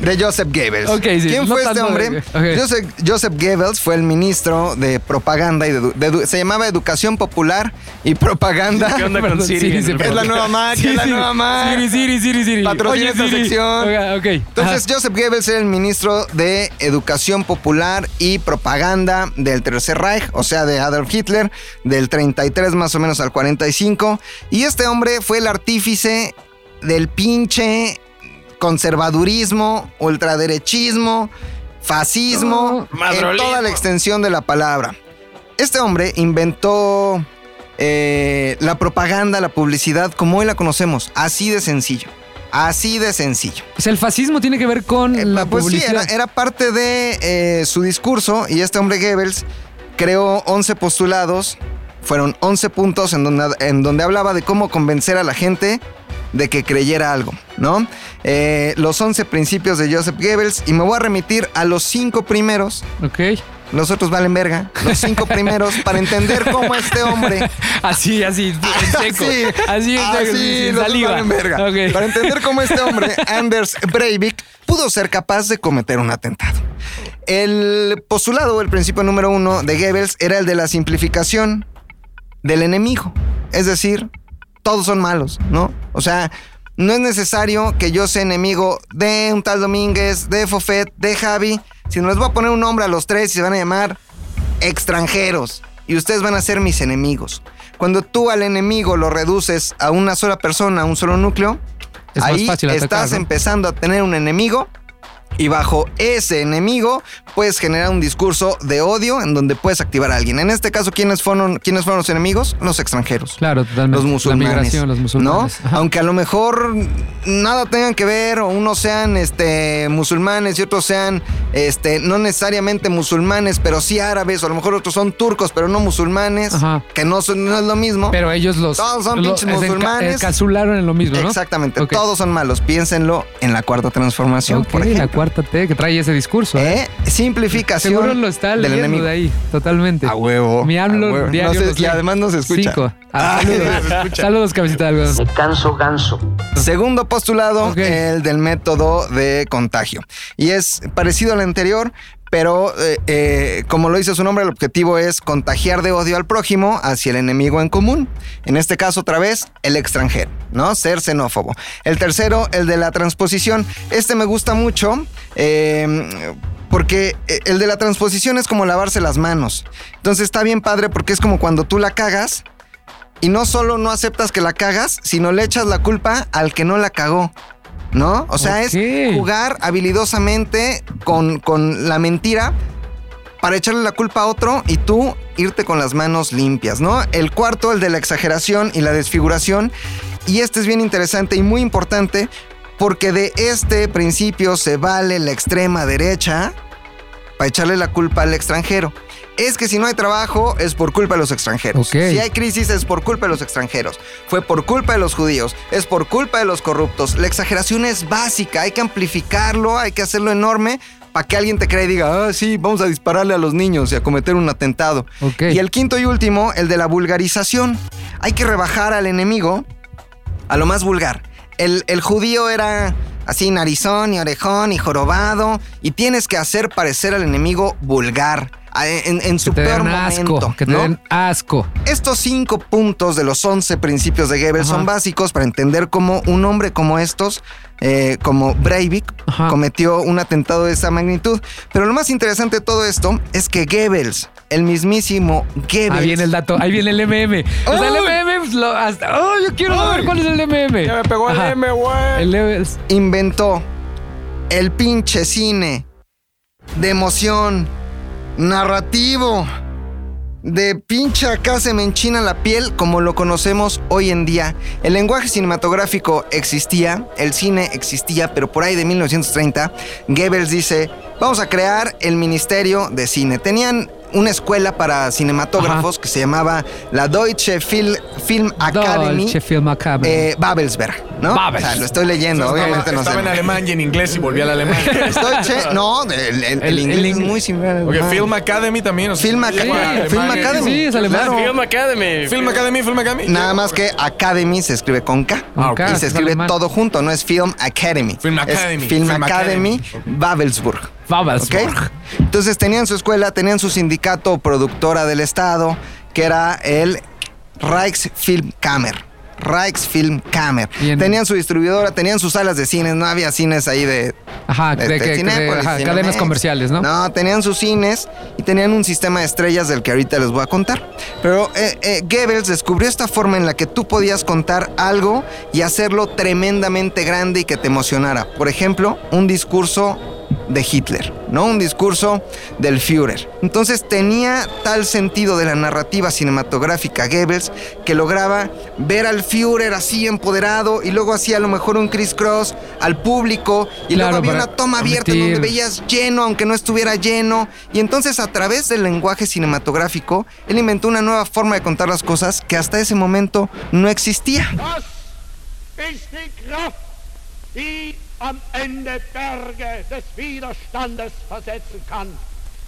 S5: de Joseph Goebbels.
S3: Ok, sí,
S5: ¿Quién
S3: no
S5: fue este
S3: tanto de-
S5: hombre?
S3: ok.
S5: Joseph, Joseph Goebbels fue el ministro de propaganda y de edu- de edu- se llamaba Educación Popular y Propaganda.
S4: ¿Qué onda
S3: <laughs>
S4: con
S3: Perdón,
S4: Siri?
S3: Siri, sí,
S5: Es la nueva Mac, es la nueva
S3: ok.
S5: Mac.
S3: Siri, Siri, Siri, Siri.
S5: Patrocina
S3: Oye,
S5: esta
S3: Siri.
S5: sección.
S3: Oiga, Ok,
S5: Entonces, Joseph Goebbels era el ministro de Educación Popular y Propaganda del Tercer Reich, o sea, de Adolf Hitler, del 33 más o menos al 45. Y este hombre fue el artífice del pinche conservadurismo, ultraderechismo, fascismo, en toda la extensión de la palabra. Este hombre inventó eh, la propaganda, la publicidad, como hoy la conocemos, así de sencillo. Así de sencillo.
S3: Pues el fascismo tiene que ver con
S5: Eh,
S3: la
S5: pues sí, era,
S3: publicidad.
S5: era parte de eh, su discurso y este hombre Goebbels creó 11 postulados, fueron 11 puntos en donde, en donde hablaba de cómo convencer a la gente de que creyera algo, ¿no? Eh, los 11 principios de Joseph Goebbels y me voy a remitir a los 5 primeros,
S3: Ok. <laughs>
S5: los otros valen verga, los 5 primeros para entender cómo este hombre
S3: Así, así,
S5: Ah,
S3: en seco.
S5: <laughs>
S3: Así,
S5: Así,
S3: en seco, sin- sin
S5: Ah, los
S3: saliva.
S5: valen verga.
S3: Ok.
S5: Para entender cómo
S3: <laughs>
S5: este hombre, Anders Breivik, pudo ser capaz de cometer un atentado. El postulado, el principio número uno de Goebbels, era el de la simplificación del enemigo. Es decir, todos son malos, ¿no? O sea, no es necesario que yo sea enemigo de un tal Domínguez, de Fofet, de Javi, sino les voy a poner un nombre a los tres y se van a llamar extranjeros y ustedes van a ser mis enemigos. Cuando tú al enemigo lo reduces a una sola persona, a un solo núcleo,
S3: Es más
S5: ahí
S3: fácil atacar,
S5: estás
S3: ¿no?
S5: empezando a tener un enemigo y bajo ese enemigo puedes generar un discurso de odio en donde puedes activar a alguien. En este caso, ¿quiénes fueron, quiénes fueron los enemigos? Los extranjeros.
S3: Claro, totalmente.
S5: Los musulmanes.
S3: La migración, los musulmanes.
S5: ¿no?
S3: Ajá.
S5: Aunque a lo mejor nada tengan que ver, o unos sean este, musulmanes y otros sean este, no necesariamente musulmanes, pero sí árabes, o a lo mejor otros son turcos, pero no musulmanes,
S3: Ajá.
S5: que no, son- no es lo mismo.
S3: Pero ellos los.
S5: Todos son
S3: los-
S5: pinches
S3: es enca-
S5: musulmanes.
S3: encapsularon en lo mismo, ¿no?
S5: Exactamente,
S3: Ok.
S5: todos son malos. Piénsenlo en la cuarta transformación,
S3: Ok,
S5: por
S3: la
S5: ejemplo.
S3: cuarta T que trae ese discurso. ¿eh?
S5: ¿Eh? Simplificación
S3: Seguro lo está
S5: del
S3: leyendo
S5: enemigo. Ah,
S3: de ahí, totalmente.
S5: A huevo.
S3: Mi AMLO
S5: Oh, a huevo. No
S3: diario
S5: sé-
S3: los
S5: y
S3: lee.
S5: además nos escucha.
S3: Cinco. Ah, saludos. saludos, cabecita de algodón.
S5: Segundo postulado,
S3: Ok.
S5: el del método de contagio. Y es parecido al anterior, Pero, eh, eh, como lo dice su nombre, el objetivo es contagiar de odio al prójimo hacia el enemigo en común. En este caso, otra vez, el extranjero, ¿no? Ser xenófobo. El tercero, el de la transposición. Este me gusta mucho. eh, porque eh, el de la transposición es como lavarse las manos. Entonces está bien padre porque es como cuando tú la cagas y no solo no aceptas que la cagas, sino le echas la culpa al que no la cagó. ¿No? O sea, es jugar habilidosamente con, con la mentira para echarle la culpa a otro y tú irte con las manos limpias, ¿no? El cuarto, el de la exageración y la desfiguración. Y este es bien interesante y muy importante porque de este principio se vale la extrema derecha para echarle la culpa al extranjero. Es que si no hay trabajo es por culpa de los extranjeros.
S3: Ok.
S5: Si hay crisis es por culpa de los extranjeros. Fue por culpa de los judíos. Es por culpa de los corruptos. La exageración es básica. Hay que amplificarlo. Hay que hacerlo enorme para que alguien te crea y diga, ah, sí, vamos a dispararle a los niños y a cometer un atentado. Y el quinto y último, el de la vulgarización. Hay que rebajar al enemigo a lo más vulgar. El, el judío era así narizón y orejón y jorobado y tienes que hacer parecer al enemigo vulgar a- en, en su
S3: Que te
S5: peor
S3: den asco,
S5: momento.
S3: que te
S5: ¿no?
S3: den asco.
S5: Estos cinco puntos de los 11 principios de Goebbels
S3: Ajá.
S5: son básicos para entender cómo un hombre como estos, eh, como Breivik, cometió un atentado de esa magnitud. Pero lo más interesante de todo esto es que Goebbels, el mismísimo Goebbels...
S3: Ahí viene el dato, ahí viene el MM. O sea, el MM, pues, lo- hasta, oh, yo quiero saber cuál es el MM. Ya me pegó el M, güey. El Goebbels.
S5: inventó el pinche cine de emoción, narrativo, de pinche acá se me enchina la piel como lo conocemos hoy en día. El lenguaje cinematográfico existía, el cine existía, pero por ahí de 1930, Goebbels dice, vamos a crear el Ministerio de Cine. Tenían una escuela para cinematógrafos que se llamaba la Deutsche Fil- Film Academy.
S3: Dolce Film Academy.
S5: eh, Babelsberg, ¿no?
S3: Babels.
S5: O sea, lo estoy leyendo,
S1: Estaba-
S5: obviamente no sé.
S1: estaba en alemán y en inglés y volví al
S5: <laughs>
S1: alemán.
S5: Deutsche, no, el, el- el
S1: El-
S5: inglés
S1: el
S5: es
S1: ing-
S5: muy similar. al
S1: Ok,
S5: alemán.
S1: Film Academy también. o sea,
S5: Film
S1: se
S5: Academy.
S1: llama
S5: Sí,
S1: alemán.
S5: Film Academy. Sí, es alemán.
S1: Claro.
S4: Film Academy.
S1: Film Academy, Film Academy.
S5: Nada más que Academy se escribe con K.
S3: Con K,
S5: y
S3: Ah, es
S5: se escribe
S3: alemán.
S5: todo junto, no es Film Academy.
S1: Film
S5: Es
S1: Academy,
S5: Film,
S1: Film
S5: Academy, Babelsburg.
S3: Babelsburg.
S5: ¿ok? Este, Entonces tenían su escuela, tenían su sindicato productora del Estado, que era el Reichsfilmkammer. Reichsfilmkammer.
S3: Bien.
S5: Tenían su distribuidora, tenían sus salas de cines, no había cines ahí de
S3: Ajá, de,
S5: este,
S3: que- que- de-
S5: Cinépolis,
S3: ajá,
S5: Cinemex.
S3: cadenas comerciales, ¿no?
S5: No, tenían sus cines y tenían un sistema de estrellas del que ahorita les voy a contar. Pero eh, eh, Goebbels descubrió esta forma en la que tú podías contar algo y hacerlo tremendamente grande y que te emocionara. Por ejemplo, un discurso de Hitler, ¿no? Un discurso del Führer. Entonces tenía tal sentido de la narrativa cinematográfica Goebbels que lograba ver al Führer así empoderado y luego hacía a lo mejor un criss-cross al público y
S3: Claro,
S5: luego había
S3: para
S5: una toma abierta en
S3: omitir.
S5: donde veías lleno, aunque no estuviera lleno. Y entonces, a través del lenguaje cinematográfico, él inventó una nueva forma de contar las cosas que hasta ese momento no existía.
S13: ist die Kraft, die am Ende Berge des Widerstandes versetzen kann.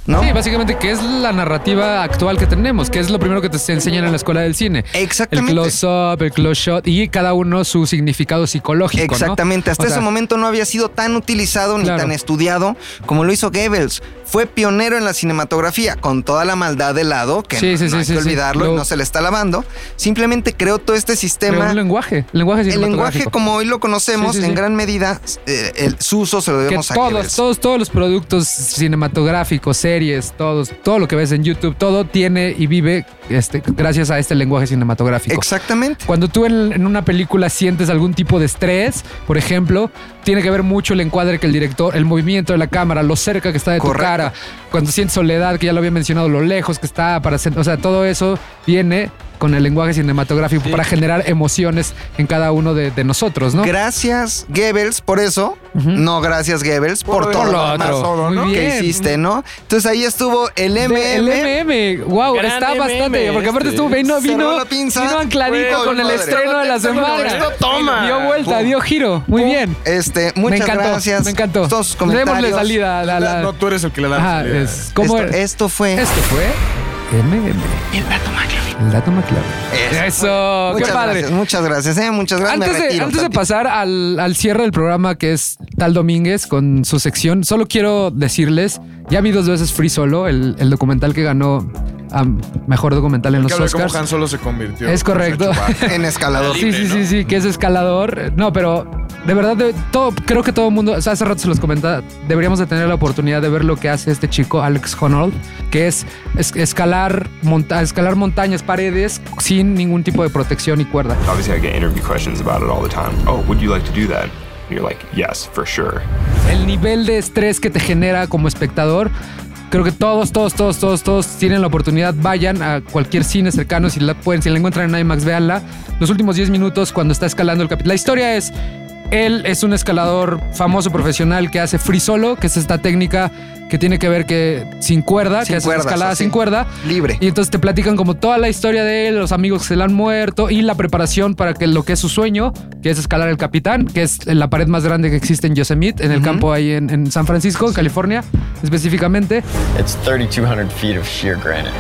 S3: Sí, básicamente que es la narrativa actual que tenemos, que es lo primero que te enseñan en la escuela del cine.
S5: Exactamente.
S3: El close-up, el close shot y cada uno su significado psicológico. ¿no?
S5: Exactamente, hasta
S3: O sea,
S5: ese momento no había sido tan utilizado ni tan estudiado como lo hizo Goebbels. Fue pionero en la cinematografía, con toda la maldad de lado, que
S3: Sí,
S5: no,
S3: sí,
S5: no
S3: sí,
S5: hay
S3: sí,
S5: que
S3: sí.
S5: olvidarlo, y
S3: Lo-
S5: no se le está lavando. Simplemente creó todo este
S3: pero
S5: sistema.
S3: un lenguaje, el lenguaje
S5: El lenguaje
S3: cinematográfico.
S5: como hoy lo conocemos,
S3: Sí, sí, sí.
S5: en gran medida, eh, el, su uso se lo
S3: que
S5: debemos a
S3: todos,
S5: Goebbels.
S3: todos, todos los productos cinematográficos, series, todos, todo lo que ves en YouTube, todo tiene y vive este, gracias a este lenguaje cinematográfico.
S5: Exactamente.
S3: Cuando tú en, en una película sientes algún tipo de estrés, por ejemplo, tiene que ver mucho el encuadre que el director, el movimiento de la cámara, lo cerca que está de tu cara, cuando sientes soledad, que ya lo había mencionado, lo lejos que está para sen- o sea, todo eso viene con el lenguaje cinematográfico para generar emociones en cada uno de, de nosotros, ¿no?
S5: Gracias, Goebbels, por eso. No, gracias, Goebbels, por,
S3: Por
S5: todo
S3: lo
S5: lo
S3: otro.
S5: demás todo,
S3: Muy
S5: ¿no? que
S3: bien.
S5: hiciste, ¿no? Entonces ahí estuvo el MM.
S3: De- el MM, wow,
S5: Gran
S3: está
S5: MM
S3: bastante, porque aparte
S5: este.
S3: estuvo vino,
S5: Cerró
S3: vino,
S5: la pinza.
S3: vino ancladito
S5: Güey,
S3: con el
S5: madre.
S3: estreno de la
S5: Esto
S3: semana.
S5: esto toma.
S3: Dio vuelta,
S5: Pum.
S3: dio giro, muy bien.
S5: Este, muchas
S3: me encantó,
S5: gracias.
S3: Me encantó.
S5: Todos sus
S3: Démosle
S5: comentarios.
S3: salida a la,
S1: No, tú eres el que le da.
S3: Ajá,
S1: la salida.
S3: es- ¿cómo
S5: esto,
S3: era?
S5: esto fue.
S3: Esto fue. MM.
S5: El dato McLovin.
S3: El dato McLaren. Eso, Oh, qué
S5: Muchas
S3: padre.
S5: gracias, muchas gracias, eh, muchas gracias. Me
S3: Antes, de,
S5: retiro,
S3: antes de
S5: Tati.
S3: pasar al, al cierre del programa, que es Tal Domínguez con su sección, solo quiero decirles: ya vi dos veces Free Solo, el, el documental que ganó a mejor documental en
S1: Que
S3: los
S1: habla de cómo
S3: Oscars.
S1: Han Solo se convirtió. Pues,
S3: Es correcto.
S5: <laughs> En escalador.
S3: Sí, sí, sí, sí, que es escalador. No, pero de verdad, de- todo, creo que todo el mundo, o sea, hace rato se los comentaba, deberíamos de tener la oportunidad de ver lo que hace este chico, Alex Honnold, que es, es- escalar, monta- escalar montañas, paredes, sin ningún tipo de protección y cuerda.
S14: Obviously, I get interview questions about it all the time. Oh, would you like to do that? And you're like, yes, for sure.
S3: El nivel de estrés que te genera como espectador. Creo que todos, todos, todos, todos, todos tienen la oportunidad. Vayan a cualquier cine cercano. Si la pueden, si la encuentran en IMAX, véanla. Los últimos 10 minutos cuando está escalando el capitán. La historia es. Él es un escalador famoso profesional que hace free solo, que es esta técnica que tiene que ver que sin cuerda,
S5: Sin
S3: que hace
S5: cuerdas,
S3: escalada
S5: así.
S3: sin cuerda.
S5: Libre.
S3: Y entonces te platican como toda la historia de él, los amigos que se le han muerto y la preparación para que lo que es su sueño, que es escalar el Capitán, que es la pared más grande que existe en Yosemite, en el campo ahí en, en San Francisco, en California, específicamente.
S15: It's 3,200 feet of sheer granite.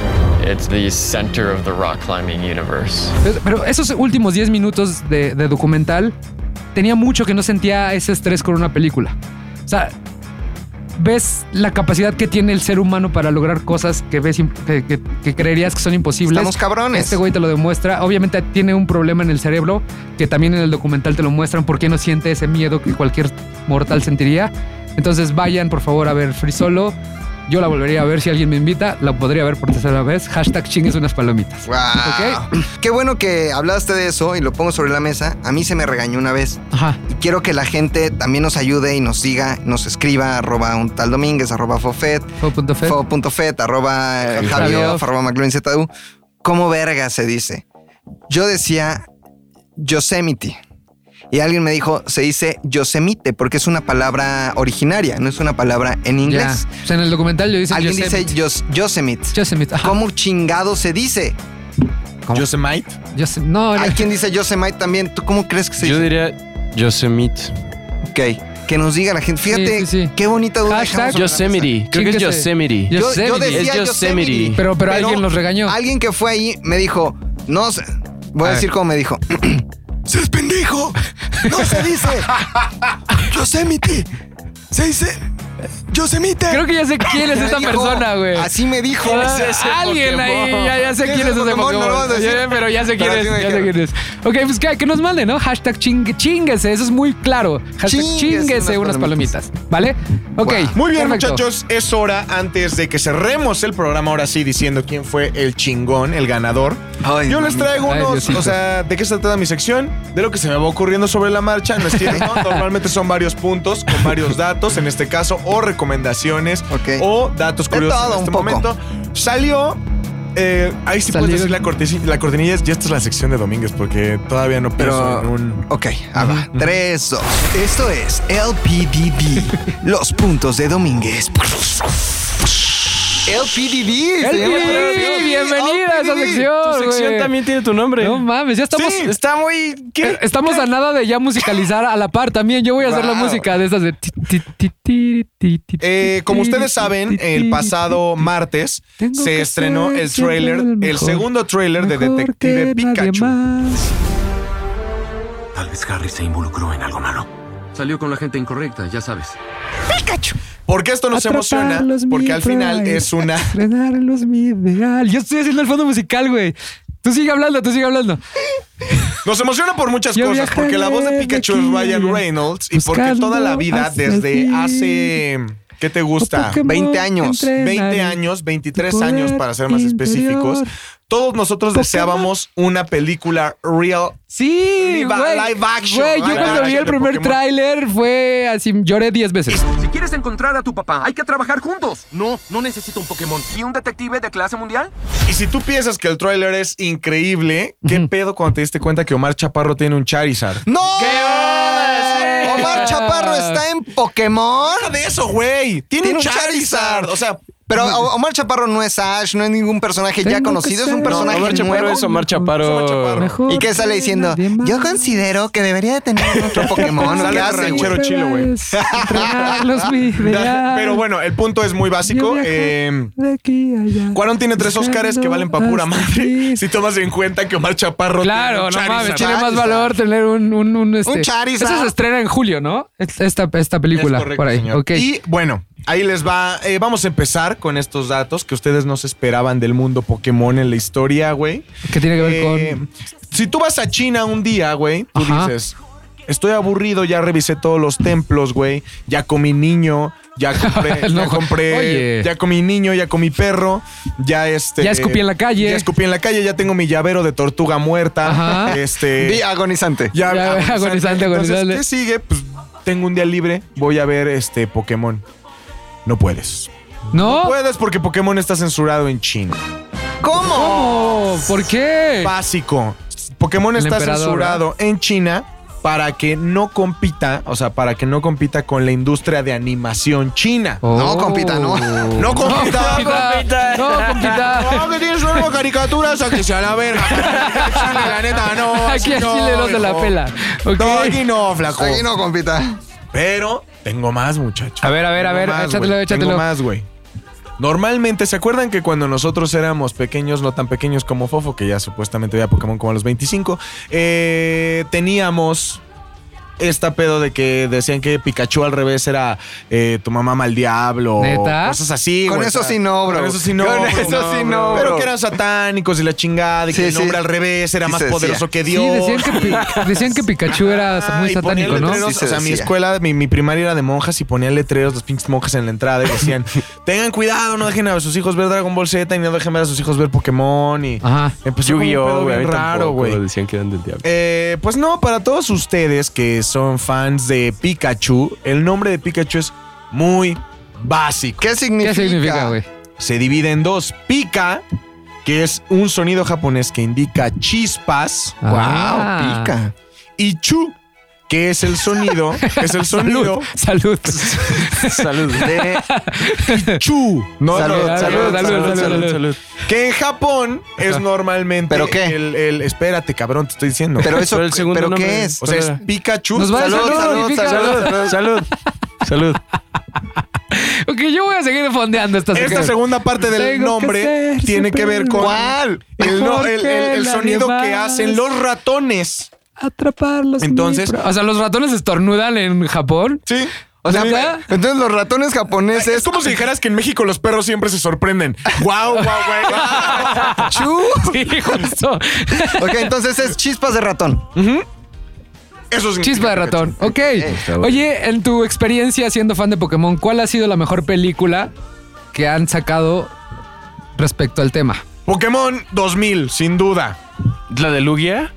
S15: It's the center of the rock climbing universe.
S3: Pero- Pero esos últimos 10 minutos de, de documental, tenía mucho que no sentía ese estrés con una película. O sea, ves la capacidad que tiene el ser humano para lograr cosas que ves imp- que, que- que creerías que son imposibles.
S5: Estamos cabrones.
S3: Este güey te lo demuestra. Obviamente tiene un problema en el cerebro que también en el documental te lo muestran porque no siente ese miedo que cualquier mortal sentiría. Entonces vayan por favor a ver Free Solo. Yo la volvería a ver si alguien me invita. La podría ver por tercera vez. Hashtag chingues unas palomitas.
S5: Wow. <clears throat> Qué bueno que hablaste de eso y lo pongo sobre la mesa. A mí se me regañó una vez.
S3: Ajá.
S5: Y quiero que la gente también nos ayude y nos diga, nos escriba, arroba un tal Domínguez, arroba Fofet,
S3: Fo.fet.
S5: Fo.fet, arroba eh,
S3: Javi
S5: Javio,
S3: Javioff.
S5: arroba McLuhan ZU. ¿Cómo verga se dice? Yo decía Yosemite. Y alguien me dijo, se dice Yosemite, porque es una palabra originaria, no es una palabra en
S3: Ya.
S5: inglés.
S3: O sea, en el documental yo dice
S5: Alguien
S3: Yosemite.
S5: dice Yos- Yosemite.
S3: Yosemite. ajá.
S5: ¿Cómo chingado se dice?
S1: Yosemite.
S3: Yosem- no, no.
S5: Hay quien dice Yosemite también. ¿Tú cómo crees que se
S4: Yo
S5: dice?
S4: diría Yosemite.
S5: Ok. Que nos diga la gente. Fíjate
S3: Sí, sí, sí.
S5: qué bonita duda. dejamos
S3: Hashtag
S5: sobre la
S4: Yosemite.
S5: mesa.
S4: Creo que es
S3: Chínguese.
S4: Yosemite.
S5: Yo- yo
S3: Yosemite.
S5: decía
S4: Es Yosemite.
S5: Yosemite.
S3: Pero- pero alguien los regañó.
S5: Alguien que fue ahí me dijo, no sé. Voy a,
S3: A
S5: decir
S3: ver.
S5: cómo me dijo. <clears throat> ¡Seas pendejo! ¡No se dice!
S3: <laughs>
S5: ¡Yosemite! Se dice. ¡Yosemite!
S3: Creo que ya sé quién
S5: <laughs>
S3: es
S5: Me
S3: esta
S5: dijo,
S3: persona, güey.
S5: Así me dijo.
S3: Ah, Alguien ahí, ya, ya sé quién es ese Pokémon.
S5: No lo vas a decir.
S3: Ya, pero ya sé quién es,
S5: Pero así me
S3: ya sé
S5: dijeron.
S3: quién es. Ok, pues que, que nos manden, ¿no? Hashtag ching, chinguese, eso es muy claro. Hashtag
S5: Chinguese
S3: chinguese
S5: unas
S3: unas palomitas, ¿vale? Ok.
S5: Guau.
S1: Muy bien,
S3: perfecto.
S1: muchachos, es hora antes de que cerremos el programa ahora sí diciendo quién fue el chingón, el ganador.
S5: Ay,
S1: Yo les
S5: mamita.
S1: traigo
S3: Ay,
S1: unos,
S3: Diosito.
S1: o sea, ¿de qué se trata mi sección? De lo que se me va ocurriendo sobre la marcha,
S3: <laughs>
S1: no es cierto, ¿no? Normalmente son varios puntos con varios datos, en este caso, o recomendaciones,
S5: Ok.
S1: o datos
S5: De
S1: curiosos
S5: todo
S1: en este
S5: un poco.
S1: momento. Salió... eh, ahí sí
S3: Salió-
S1: puedes decir la, cortesi- la cortinilla, ya esta es la sección de Domínguez porque todavía no pienso
S5: Pero-
S1: en un...
S5: Ok, ah, va. Tres, dos. Esto es
S3: <laughs>
S5: LPDD. los puntos de Domínguez. LPDD. se llama Oh, la
S3: LPDD,
S5: sección.
S3: bienvenida a esa
S5: LPDD.
S3: sección.
S4: Tu sección
S3: güey.
S4: también tiene tu nombre.
S3: No mames, ya estamos.
S1: Sí, Eh,
S3: est-
S1: está muy... ¿qué?
S3: Eh, Estamos a nada de ya musicalizar a la par también. Yo voy a hacer la
S5: Wow.
S3: música de estas de. ti, ti, ti, ti, ti, ti,
S1: Eh, como ustedes
S3: ti,
S1: saben,
S3: ti,
S1: el
S3: ti,
S1: pasado martes
S3: Tengo que
S1: se estrenó
S3: ser
S1: el
S3: siempre
S1: trailer,
S3: el
S1: el
S3: mejor,
S1: segundo trailer de
S3: mejor
S1: Detective
S3: que nadie
S1: Pikachu.
S3: más.
S10: Tal vez Harry se involucró en algo malo. Salió con la gente incorrecta, ya sabes.
S1: Porque esto nos emociona,
S3: Atraparlos, mi
S1: porque al final
S3: pride.
S1: es
S3: <laughs>
S1: una...
S3: Estrenarlos mi ideal. Yo estoy haciendo el fondo musical, güey. Tú sigue hablando, tú sigue hablando.
S1: Nos emociona por muchas
S3: Yo
S1: cosas, porque la voz de
S3: viajaré de
S1: Pikachu es
S3: aquí
S1: Ryan Reynolds y porque
S3: buscando
S1: toda la vida
S3: hacia
S1: desde
S3: ti.
S1: hace... ¿Qué te gusta?
S3: Pokémon
S5: 20 años,
S3: entrenar
S1: 20
S3: el
S1: años, 23
S3: poder
S1: años para ser más específicos.
S3: interior.
S1: Todos nosotros deseábamos una película real
S3: Sí,
S1: Live-
S3: güey.
S1: live action,
S3: Güey,
S1: live
S3: yo cuando vi
S1: action de
S3: el primer
S1: Pokémon.
S3: tráiler fue así, lloré 10 veces.
S16: Si quieres encontrar a tu papá, hay que trabajar juntos. No, no necesito un Pokémon. ¿Y un detective de clase mundial?
S1: Y si tú piensas que el tráiler es increíble, ¿qué pedo cuando te diste cuenta que Omar Chaparro tiene un Charizard?
S5: ¡No!
S3: sí!
S5: Omar Chaparro está en Pokémon.
S1: Nada de eso, güey. Tiene,
S5: Tiene
S1: un
S5: un
S1: Charizard.
S5: Charizard.
S1: O sea,
S5: Pero O- Omar Chaparro no es Ash, no es ningún personaje ya
S4: Tengo que
S5: conocido, es un
S4: ser-
S5: personaje
S4: No, Omar Chaparro
S5: nuevo.
S4: es Omar Chaparro.
S5: ¿Y qué sale diciendo? Yo considero que debería de tener otro Pokémon.
S1: Sale
S5: ¿Qué hace, güey?
S1: ranchero chilo, güey. <laughs>
S3: Ah, <laughs>
S1: Pero bueno, el punto es muy básico. Eh,
S3: De aquí a allá.
S1: Cuarón tiene tres Óscares que valen pa' pura <laughs> madre. Si tomas en cuenta que Omar Chaparro
S3: Claro, no
S1: tiene un
S3: mames,
S1: Charizard.
S3: tiene más valor tener un, un, un, este.
S1: Un Charizard.
S3: Esa se estrena en julio, ¿no? Es- Esta, esta película.
S1: Es correcto,
S3: por ahí.
S1: señor.
S3: Ok.
S1: Y bueno, ahí les va. Eh, vamos a empezar con estos datos que ustedes no se esperaban del mundo Pokémon en la historia, güey.
S3: Que tiene que ver con.
S1: Eh, Si tú vas a China un día, güey, tú
S3: Ajá.
S1: dices, estoy aburrido, ya revisé todos los templos, güey, ya comí niño, ya compré,
S3: <laughs> No,
S1: ya compré,
S3: oye.
S1: ya comí niño, ya comí perro, ya este...
S3: Ya escupí en la calle.
S1: Ya escupí en la calle, ya tengo mi llavero de tortuga muerta,
S3: Ajá. ah,
S1: este...
S5: Di agonizante.
S1: Ya,
S3: Ya, agonizante,
S1: Entonces,
S3: agonizante.
S1: ¿qué sigue? Pues tengo un día libre, voy a ver este Pokémon. No puedes.
S3: ¿No?
S1: No puedes porque Pokémon está censurado en China.
S3: ¿Cómo? ¿Por qué?
S1: <laughs> Básico. Pokémon
S3: El
S1: está
S3: emperador,
S1: censurado en China para que no compita, o sea, para que no compita con la industria de animación china.
S5: No,
S3: <laughs>
S5: compita,
S1: <laughs> No
S5: no.
S1: compita.
S3: Oh. No, compita. No, compita.
S1: No, que tienes nuevo caricaturas a que sea la
S3: <laughs>
S1: verga. Chile, la neta, no.
S3: Aquí a Chile no se la
S1: hijo.
S3: pela. Ok.
S1: No, aquí no, flaco.
S5: Aquí no, compita.
S1: Pero tengo más, muchachos.
S3: A ver, a ver, a ver, échatelo, échatelo.
S1: Tengo más, güey. Normalmente, ¿se acuerdan que cuando nosotros éramos pequeños, no tan pequeños como Fofo, que ya supuestamente veía Pokémon como a los 25, eh, teníamos esta pedo de que decían que Pikachu al revés era eh, tu mamá mal diablo? o
S3: ¿Neta?
S1: Cosas así,
S5: Con
S1: güey,
S5: eso
S1: o sea,
S5: sí no, bro.
S1: Con eso sí no.
S5: Con
S1: bro.
S5: eso sí no,
S1: Pero
S5: bro.
S1: que eran satánicos y la chingada, y
S5: Sí,
S1: que el
S5: sí.
S1: nombre al revés era
S5: Sí
S1: más
S5: se decía.
S1: poderoso que
S3: Sí,
S1: Dios.
S3: decían que, Pi- decían que Pikachu
S1: <laughs>
S3: era
S1: Ah,
S3: muy
S1: y ponían
S3: satánico, ¿no?
S1: letreros,
S5: Sí, se
S1: o sea, mi
S5: decía.
S1: escuela, mi, mi primaria era de monjas y ponían letreros, las pinches monjas en la entrada y
S5: <laughs>
S1: decían: Tengan cuidado, no dejen a sus hijos ver Dragon Ball Z y no dejen ver a sus hijos ver Pokémon. Y
S3: Ajá.
S1: empezó como un
S4: Yu-Gi-Oh,
S1: pedo
S4: güey.
S1: bien raro, güey.
S4: Decían que eran del diablo.
S1: Eh, pues no, para todos ustedes que son fans de Pikachu, el nombre de Pikachu es muy básico.
S5: ¿Qué significa?
S3: ¿Qué significa, güey? <laughs>
S1: Se divide en dos: Pika, que es un sonido japonés que indica chispas.
S5: Wow,
S3: Ah.
S5: pica.
S1: y chu, que es el sonido, es el sonido
S3: <laughs> Salud.
S4: Salud.
S5: De-
S1: chu, no,
S5: Salud,
S1: no,
S5: salud,
S3: salud, salud.
S1: que en Japón es normalmente
S5: ¿Pero qué?
S1: El, el- espérate, cabrón, te estoy diciendo.
S5: Pero eso,
S4: Pero el segundo
S5: ¿pero
S4: nombre
S5: qué
S4: es-
S5: es?
S1: o sea, es Pikachu.
S3: Nos va a
S5: Salud,
S3: salud,
S5: salud,
S3: significa-
S5: salud.
S4: Salud. Salud.
S3: Ok, yo voy a seguir fondeando esta
S1: Esta
S3: sección.
S1: segunda parte del
S3: Tengo que
S1: nombre
S3: ser
S1: tiene que ver con
S5: ¿Cuál?
S1: el, no-
S3: Mejor
S1: el- el-
S3: que
S1: el
S3: la
S1: sonido que
S3: demás.
S1: hacen los ratones.
S3: Atraparlos.
S1: Entonces-
S3: mi pro- O sea, los ratones estornudan en Japón.
S1: Sí.
S5: O sea,
S3: ¿Neta?
S5: entonces los ratones japoneses. <laughs>
S1: Es como si dijeras que en México los perros siempre se sorprenden. ¡Guau, guau, guau! guau.
S5: Chu.
S3: <laughs> Sí,
S1: <laughs>
S3: justo.
S5: Ok, entonces es chispas de ratón.
S1: Eso es
S3: Chispa
S1: <laughs>
S3: de ratón. Ok. Oye, en tu experiencia siendo fan de Pokémon, ¿cuál ha sido la mejor película que han sacado respecto al tema?
S1: Pokémon 2000, sin duda.
S4: ¿La de Lugia?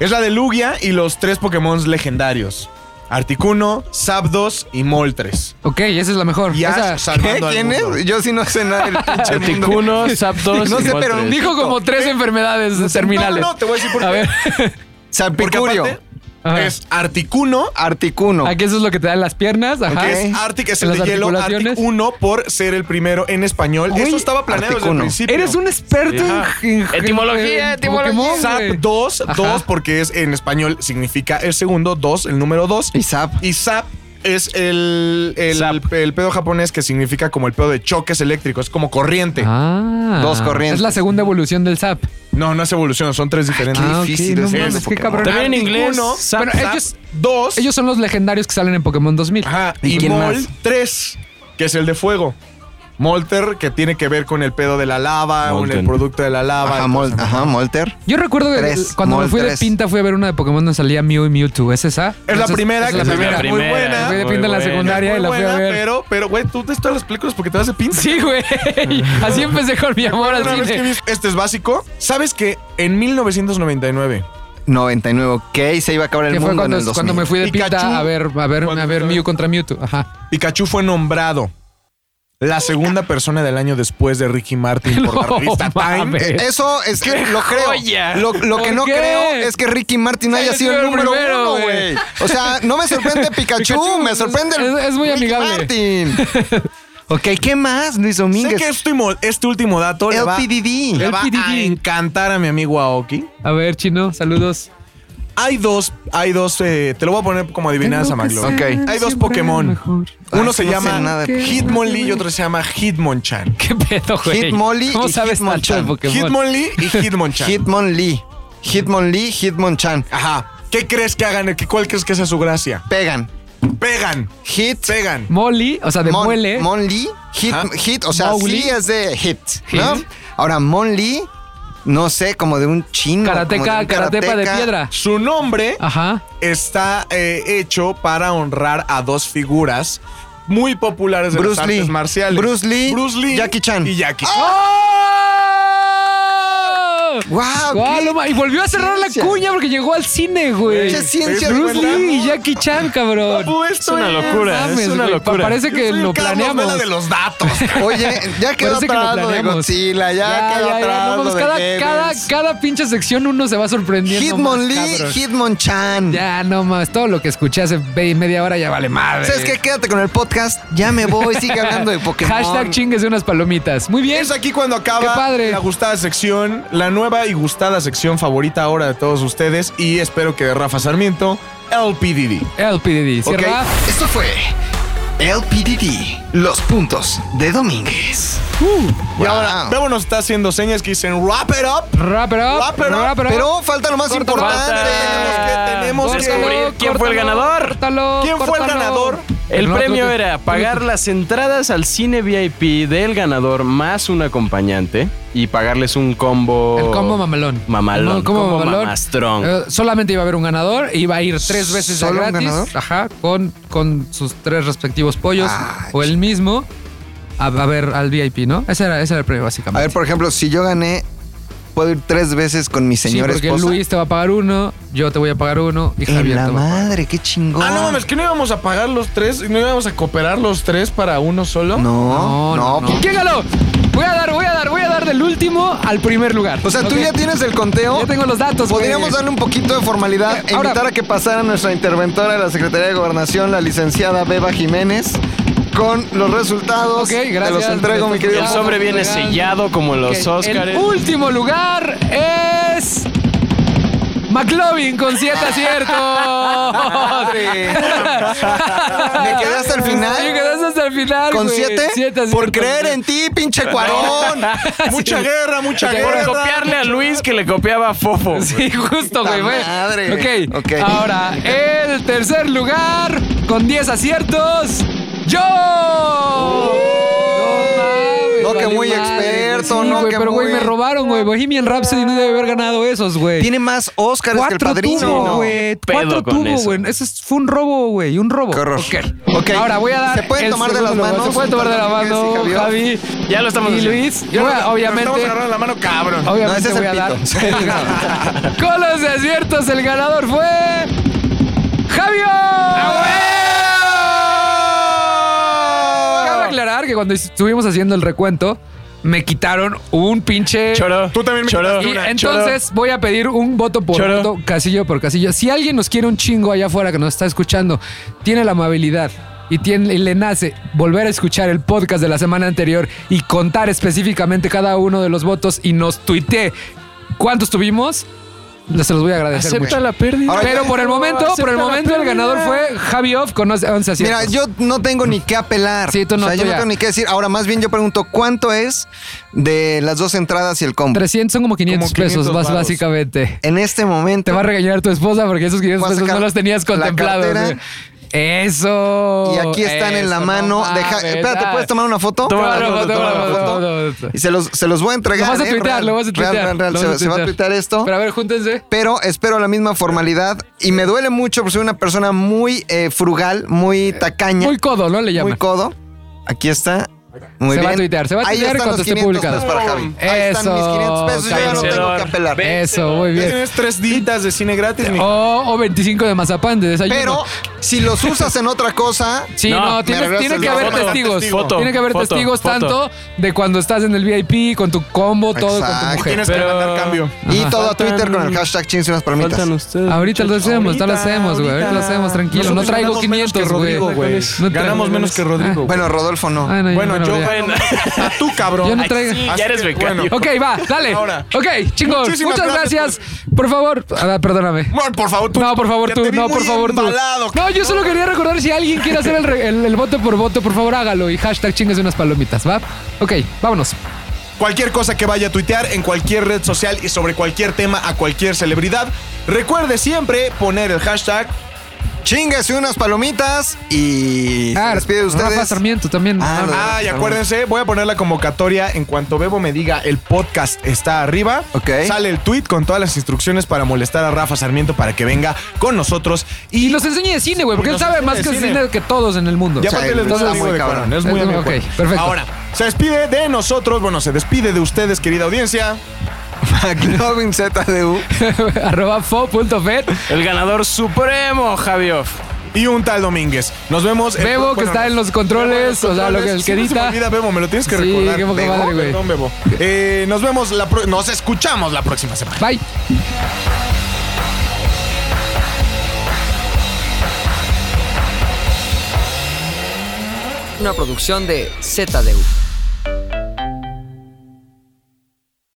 S1: Es la de Lugia y los tres Pokémon legendarios. Articuno, Zapdos y Moltres.
S3: Ok, esa es la mejor.
S1: Y
S3: Esa-
S1: Ash
S5: ¿Qué?
S1: salvando al
S5: ¿Quién
S1: mundo.
S5: es? Yo sí no sé nada del pinche mundo.
S4: Articuno, Zapdos
S5: <laughs> No
S4: y
S5: sé, pero
S4: Moltres.
S5: dijo-
S3: dijo como tres enfermedades terminales.
S1: No, no, te voy a decir por
S3: A
S1: qué. <laughs>
S3: ver.
S1: Porque
S5: Salpicurio.
S1: aparte
S3: Ajá.
S1: es Articuno,
S5: Articuno.
S3: Aquí eso es lo que te dan las piernas. Ajá.
S1: que es Arctic, es el
S3: Las
S1: de hielo,
S3: articulaciones.
S1: Artic 1 por ser el primero en español.
S3: Güey,
S1: Eso estaba planeado desde el
S5: Articuno.
S1: principio.
S3: Eres un experto en-
S4: Ajá.
S3: en,
S4: Etimología,
S3: en Pokémon, güey.
S1: Zapdos,
S3: Ajá.
S1: dos porque es en español significa el segundo, dos, el número dos.
S5: Y Zap.
S1: Y Zap es el, el,
S4: Zap.
S1: el pedo japonés que significa como el pedo de choques eléctricos, es como corriente.
S3: Ah.
S5: Dos corrientes.
S3: Es la segunda evolución del Zap.
S1: No, no es evolución, son tres diferentes.
S3: Ah, ok,
S5: difícil
S3: no
S5: es
S3: mames,
S5: eso,
S3: qué
S5: Pokémon.
S3: cabrón. Ah,
S4: También en inglés.
S1: Uno,
S4: Zap,
S3: Bueno,
S4: zap.
S3: ellos,
S1: Dos.
S3: ellos son los legendarios que salen en Pokémon 2000.
S1: Ajá,
S5: ¿Y
S1: y
S5: quién
S1: Mol
S5: más?
S1: 3, que es el de fuego. Molter, que tiene que ver con el pedo de la lava, con el
S4: Molten.
S1: producto de la lava.
S5: Ajá,
S1: entonces,
S5: Mol- ajá, Molter.
S3: Yo recuerdo que
S5: Tres,
S3: cuando
S5: Mol
S3: me fui
S5: tres.
S3: de pinta fui a ver una de Pokémon donde salía Mew y Mewtwo. ¿Es esa?
S1: Es la primera,
S3: es
S1: que
S3: la
S1: se
S3: primera.
S1: veía muy
S4: Primera.
S1: buena.
S3: Fui de
S4: Muy
S3: pinta en la
S4: buena.
S3: secundaria y
S1: muy
S3: la fui a
S1: buena,
S3: ver.
S1: Pero, pero, güey, tú ves todas las películas porque te vas de pinza.
S3: <laughs> Sí,
S1: <laughs>
S3: güey. Así empecé con mi amor al
S1: Una vez que
S3: cine.
S1: viste- Este es básico. ¿Sabes que en 1999
S5: 99, ok, se iba a acabar el
S3: Que
S5: mundo
S3: fue
S5: en
S3: cuando,
S5: el 2000.
S3: cuando me fui de pinta
S1: Pikachu.
S3: a ver, a ver, a ver
S1: Cuando-
S3: Mew contra Mewtwo. Ajá.
S1: Pikachu fue nombrado la segunda persona del año después de Ricky Martin por la
S3: <laughs> No
S1: revista Time?
S3: mames.
S1: Eh,
S5: Eso es que lo creo.
S4: joya!
S5: Lo, lo que
S3: ¿Por
S5: no
S3: qué?
S5: creo es que Ricky Martin haya
S3: Haya
S5: sido el
S3: sido el
S5: número
S3: primero,
S5: uno,
S3: güey.
S5: güey.
S3: <laughs>
S5: O sea, no me sorprende Pikachu,
S3: Pikachu,
S5: me
S3: es-
S5: sorprende el
S3: es- es muy
S5: Ricky
S3: amigable. <laughs>
S5: Martin. Ok, ¿qué más, Luis
S1: Sé
S5: Domínguez?
S1: que este, mo- este último dato le va,
S5: LPDD.
S1: le va a
S5: LPDD.
S1: encantar a mi amigo Aoki.
S3: A ver, chino, saludos.
S1: Hay dos, hay dos, eh, te lo voy a poner como adivinanza,
S3: Tengo que
S1: Maglo.
S3: ser
S1: Ok. Hay dos
S3: siempre
S1: Pokémon.
S3: mejor.
S1: Uno
S5: Ay,
S1: se
S5: no sé
S1: llama
S5: nada de
S1: Hitmonlee y otro se llama Hitmonchan.
S3: ¿Qué pedo, güey?
S5: Hitmonlee
S3: ¿Cómo
S5: y
S3: sabes tanto de
S5: Hitmonchan.
S3: Pokémon?
S1: Hitmonlee y
S3: <laughs>
S1: Hitmonchan.
S5: Hitmonlee. Hitmonlee, Hitmonchan.
S1: Ajá. ¿Qué crees que hagan? ¿Qué- ¿Cuál crees que sea su gracia?
S5: Pegan.
S1: Pegan.
S5: Hit.
S1: Pegan.
S3: Molly, o sea, de
S5: Mon-
S3: muele.
S5: Monly. Hit,
S1: Ajá.
S5: hit, o sea,
S3: Mowgli.
S5: sí es de hit, ¿no?
S3: Hit.
S5: Ahora, Monly, no sé, como de un chino. como de
S3: Karateca,
S5: un
S3: karatepa de
S5: karateca.
S3: piedra.
S1: Su nombre
S3: Ajá.
S1: está eh, hecho para honrar a dos figuras muy populares de
S5: Bruce
S1: las
S5: Lee.
S1: artes marciales.
S5: Bruce Lee, Jackie Chan. Ah,
S1: Y Jackie
S5: ¡Guau!
S3: ¡Oh! Guau,
S5: qué-
S3: lo ma- y volvió a cerrar la
S5: ciencia.
S3: cuña porque llegó al cine, güey.
S5: Pinche ciencia,
S3: Bruce
S5: ¿verdad?
S3: Lee y Jackie Chan, cabrón.
S1: Papu, esto
S4: una
S1: es-
S4: locura, es
S3: Mames,
S4: una
S3: güey,
S4: locura.
S3: Parece que
S1: Yo soy
S3: lo
S1: el Carlos
S3: planeamos.
S1: Vela de los
S3: <laughs>
S1: datos.
S5: Oye, ya quedó
S3: Parece que lo
S5: atrás lo de
S3: planeamos.
S5: Godzilla, ya, quedó atrás
S3: no
S5: lo
S3: mames,
S5: de
S3: cada,
S5: Goebbels.
S3: cada, cada pinche sección uno se va sorprendiendo. más,
S5: Hitmonlee,
S3: cabrón.
S5: Hitmonchan.
S3: Ya, no mames, todo lo que escuché hace ve- media hora ya vale madre.
S5: ¿Sabes qué? Quédate con el podcast. Ya me voy, sigue hablando de Pokémon.
S3: Hashtag chingues de unas palomitas. Muy bien.
S1: Es aquí cuando acaba
S3: Qué padre.
S1: la gustada sección, la nueva y gustada sección favorita ahora de todos ustedes y espero que de Rafa Sarmiento, LPDD.
S3: LPDD,
S5: Ok,
S3: ¿cierra?
S5: Esto fue LPDD, los puntos de Domínguez.
S3: Uh,
S5: y
S3: Ah.
S5: ahora,
S1: Bravo nos está haciendo señas que dicen wrap it up.
S3: Wrap it up,
S1: Wrap it up,
S3: wrap it up.
S5: pero falta lo más
S3: Corta,
S5: importante.
S1: falta. Tenemos que-
S3: Córtalo,
S1: descubrir
S4: quién fue el ganador.
S3: córtalo,
S1: ¿Quién fue el
S3: córtalo.
S1: ganador?
S4: El
S3: No, creo
S4: premio
S3: que-
S4: era pagar las entradas al cine VIP del ganador más un acompañante y pagarles un combo.
S3: El combo mamalón.
S4: Mamalón,
S3: El combo
S4: combo
S3: mamalón.
S4: mamastrón.
S3: Eh, solamente iba a haber un ganador, iba a ir tres veces de
S5: ¿Solo un
S3: gratis.
S5: ganador?
S3: Ajá, con, con sus tres respectivos pollos
S5: Ah,
S3: o el mismo. A, a ver, al VIP, ¿no? Ese era, ese era el premio,
S5: A
S3: básicamente.
S5: ver, por ejemplo, si yo gané, puedo ir tres veces con mi señora
S3: sí, porque
S5: esposa.
S3: Luis te va a pagar uno, yo te voy a pagar uno y
S5: En
S3: Javier
S5: la
S3: te va a pagar.
S5: madre, qué chingón.
S1: Ah, no mames, que no íbamos a pagar los tres, no íbamos a cooperar los tres para uno solo.
S5: No, no. pues,
S3: no. ¿Quién ganó? Voy a dar, voy a dar, voy a dar del último al primer lugar.
S5: O sea, tú
S3: Ok.
S5: ya tienes el conteo.
S3: Ya tengo los datos, güey.
S5: Podríamos darle un poquito de formalidad e
S3: ahora-
S5: invitar a que pasara nuestra interventora de la Secretaría de Gobernación, la licenciada Beba Jiménez, con los resultados.
S3: Ok, gracias.
S5: Te los entrego, mi querido.
S4: El sobre
S3: <laughs>
S4: viene sellado como en los
S3: Ok,
S4: Óscares.
S3: Ah, El último lugar es. McLovin con siete aciertos.
S5: <laughs> Me quedé hasta el
S3: Sí,
S5: final.
S3: quedaste hasta el final.
S5: ¿Con
S3: güey.
S5: siete?
S3: Siete aciertos.
S5: Por creer en ti, pinche
S3: <laughs>
S5: cuarón.
S1: Mucha guerra, mucha
S4: Por
S1: guerra.
S4: copiarle a Luis que le copiaba a Fofo. güey.
S3: Sí, justo, güey. güey.
S5: madre.
S3: Ok.
S5: Ok.
S3: Ahora, el tercer lugar con 10 aciertos. ¡Yo! No mames,
S5: No, que
S3: vale
S5: muy experto,
S3: Sí,
S5: no,
S3: güey,
S5: que
S3: pero, güey,
S5: muy-
S3: me robaron, güey. Bohemian Rhapsody no debe haber ganado esos, güey.
S5: Tiene más Óscares que el
S3: Cuatro
S5: padrino.
S3: tuvo, güey.
S4: Pedo
S3: Cuatro
S4: con
S3: tuvo,
S4: eso.
S3: güey. Eso es- fue un robo, güey. Un robo.
S5: Qué horror.
S3: Ok.
S5: Ok.
S3: Ahora voy a dar.
S5: ¿Se pueden
S3: el
S5: tomar de
S3: segundo
S5: las
S3: lugar.
S5: manos?
S3: Se pueden tomar de la mano,
S5: Sí, Javier.
S3: Javi.
S4: Ya lo estamos
S3: Y
S4: haciendo.
S3: Luis. Yo voy a- obviamente.
S1: Estamos agarrando la mano, cabrón.
S5: No, ese
S3: Obviamente
S5: es
S3: voy a dar. <laughs>
S5: el pito.
S3: Con los desiertos, el ganador fue. ¡Javio! Cabe aclarar que cuando estuvimos haciendo el recuento, me quitaron un pinche.
S4: Choro.
S1: Tú también me
S4: Choro.
S1: quitaste
S3: Y
S1: una,
S3: entonces voy a pedir un voto por
S4: Choro.
S3: voto, casillo por casillo. Si alguien nos quiere un chingo allá afuera que nos está escuchando, tiene la amabilidad y, tiene, y le nace volver a escuchar el podcast de la semana anterior y contar específicamente cada uno de los votos y nos tuitee cuántos tuvimos, se los voy a agradecer
S4: Acepta
S3: mucho.
S4: la pérdida.
S5: Ahora,
S3: Pero por el momento, por el momento el ganador fue Javi Off con 11 aciertos.
S5: Mira, yo no tengo ni qué apelar.
S3: Sí, tú no,
S5: o sea,
S3: tú
S5: yo no
S3: ya.
S5: tengo ni qué decir. Ahora, más bien yo pregunto, ¿cuánto es de las dos entradas y el combo?
S3: 300 son como 500,
S1: Como 500
S3: pesos, bas-
S1: varos.
S3: básicamente.
S5: En este
S3: Te
S5: momento.
S3: va a regañar tu esposa porque esos 500
S5: Voy a
S3: pesos no
S5: sacar
S3: los tenías
S5: la
S3: contemplados.
S5: cartera.
S3: güey. Eso.
S5: y aquí están en la
S3: eso,
S5: mano.
S3: no
S5: Deja-
S3: mames,
S5: espérate,
S3: ah.
S5: ¿puedes tomar una foto?
S3: Toma la
S5: Toma
S3: foto, toma la foto, toma la foto.
S5: Y se los, se los voy a
S3: Lo
S5: entregar.
S3: vas a
S5: ¿eh?
S3: tuitear,
S5: Real,
S3: lo vas a tuitear.
S5: real, real, real.
S3: lo
S5: Se,
S3: vas
S5: se va a tuitear esto.
S3: Pero a ver, júntense.
S5: Pero espero la misma formalidad. Y me duele mucho porque soy una persona muy eh, frugal, muy tacaña,
S3: Muy
S5: muy,
S3: codo, ¿no? Le llaman.
S5: codo. Aquí está.
S3: Se
S5: Muy
S3: va
S5: bien.
S3: a tuitear, se va a
S5: Ahí
S3: tuitear
S5: están
S3: cuando
S5: los
S3: esté
S5: 500
S3: publicado.
S5: pesos para Javi. Ahí
S3: Eso, Eh,
S5: están mis 500 pesos. Yo ya no tengo que
S3: cabrón.
S5: apelar.
S3: Eso, muy
S1: Ya
S3: bien.
S1: tienes tres ditas de cine gratis, mi
S3: O, o 25 de mazapán de desayuno.
S5: Pero Si los usas en otra cosa.
S3: Sí, no, tienes-
S5: me
S3: tiene
S5: regresas
S3: que
S5: la
S3: haber
S5: foto.
S3: testigos.
S4: Foto,
S3: tiene que haber
S4: foto,
S3: testigos
S4: foto.
S3: tanto de cuando estás en el VIP, con tu combo, todo con tu mujer.
S5: Y
S3: Ajá.
S5: todo a Twitter con el hashtag chins y unas palomitas.
S3: Ahorita lo hacemos, no lo hacemos, güey. Ahorita lo hacemos, tranquilo.
S5: Nosotros
S3: no traigo
S5: ganamos menos
S3: 500,
S5: que
S3: güey.
S5: Rodrigo, güey.
S3: No
S1: Ganamos menos que Rodrigo.
S5: Bueno, Rodolfo no.
S3: Ay, no,
S1: Bueno,
S3: bueno,
S1: yo
S3: ya.
S1: gano a tú, cabrón.
S3: Yo no
S1: Ay,
S3: traigo-
S1: sí,
S3: Así
S1: ya eres
S3: que,
S1: becario.
S3: bueno. Ok, va, dale.
S1: Ahora.
S3: Ok, chicos,
S1: Muchísimas
S3: muchas
S1: gracias
S3: gracias. Por favor, ah, perdóname.
S1: por favor, tú.
S3: No, por favor,
S1: Ya
S3: tú.
S1: te vi
S3: No,
S1: muy
S3: por favor, tú.
S1: embalado,
S3: No, yo solo quería recordar si alguien quiere hacer el, re- el- el voto por voto, por favor, hágalo. Y hashtag chingas de unas palomitas, ¿va? Ok, vámonos.
S1: Cualquier cosa que vaya a tuitear en cualquier red social y sobre cualquier tema a cualquier celebridad, recuerde siempre poner el hashtag
S5: Chingase unas palomitas y. se despide de ustedes.
S3: Ah, Rafa
S5: <laughs>
S3: Sarmiento también.
S5: Ah, lo de
S1: Ah,
S5: Rafa
S1: y
S5: Sarmiento.
S1: acuérdense, voy a poner la convocatoria en cuanto Bebo me diga el podcast está arriba.
S5: Ok.
S1: Sale el tweet con todas las instrucciones para molestar a Rafa Sarmiento para que venga con nosotros y,
S3: Y nos enseñe de cine, güey, porque
S1: Y
S3: él
S1: nos
S3: sabe
S1: enseñe
S3: más
S1: de
S3: que de
S1: cine.
S3: cine que todos en el mundo.
S1: Ya
S5: Sí,
S1: aparte les
S5: está
S1: digo
S5: muy
S1: de
S5: cabrón.
S1: corazón, es
S3: Es-
S1: muy amigo.
S3: ok, perfecto.
S1: Ahora, se despide de nosotros, bueno, se despide de ustedes, querida audiencia.
S5: McLovin ZDU.
S3: <laughs> Arroba fo.fet.
S4: El ganador supremo, Javioff.
S1: Y un tal Domínguez. Nos vemos. el-
S3: Bebo, que está en los controles,
S1: Bebo en los
S3: o sea, lo que- el
S1: controles.
S3: que
S1: Siempre se me
S3: edita.
S1: olvida, Bebo, me lo tienes que
S3: Sí,
S1: recordar.
S3: qué poca
S1: Bebo,
S3: madre, güey.
S1: perdón, Bebo. Eh, nos vemos la pro- nos escuchamos la próxima semana.
S3: Bye.
S17: Una producción de ZDU.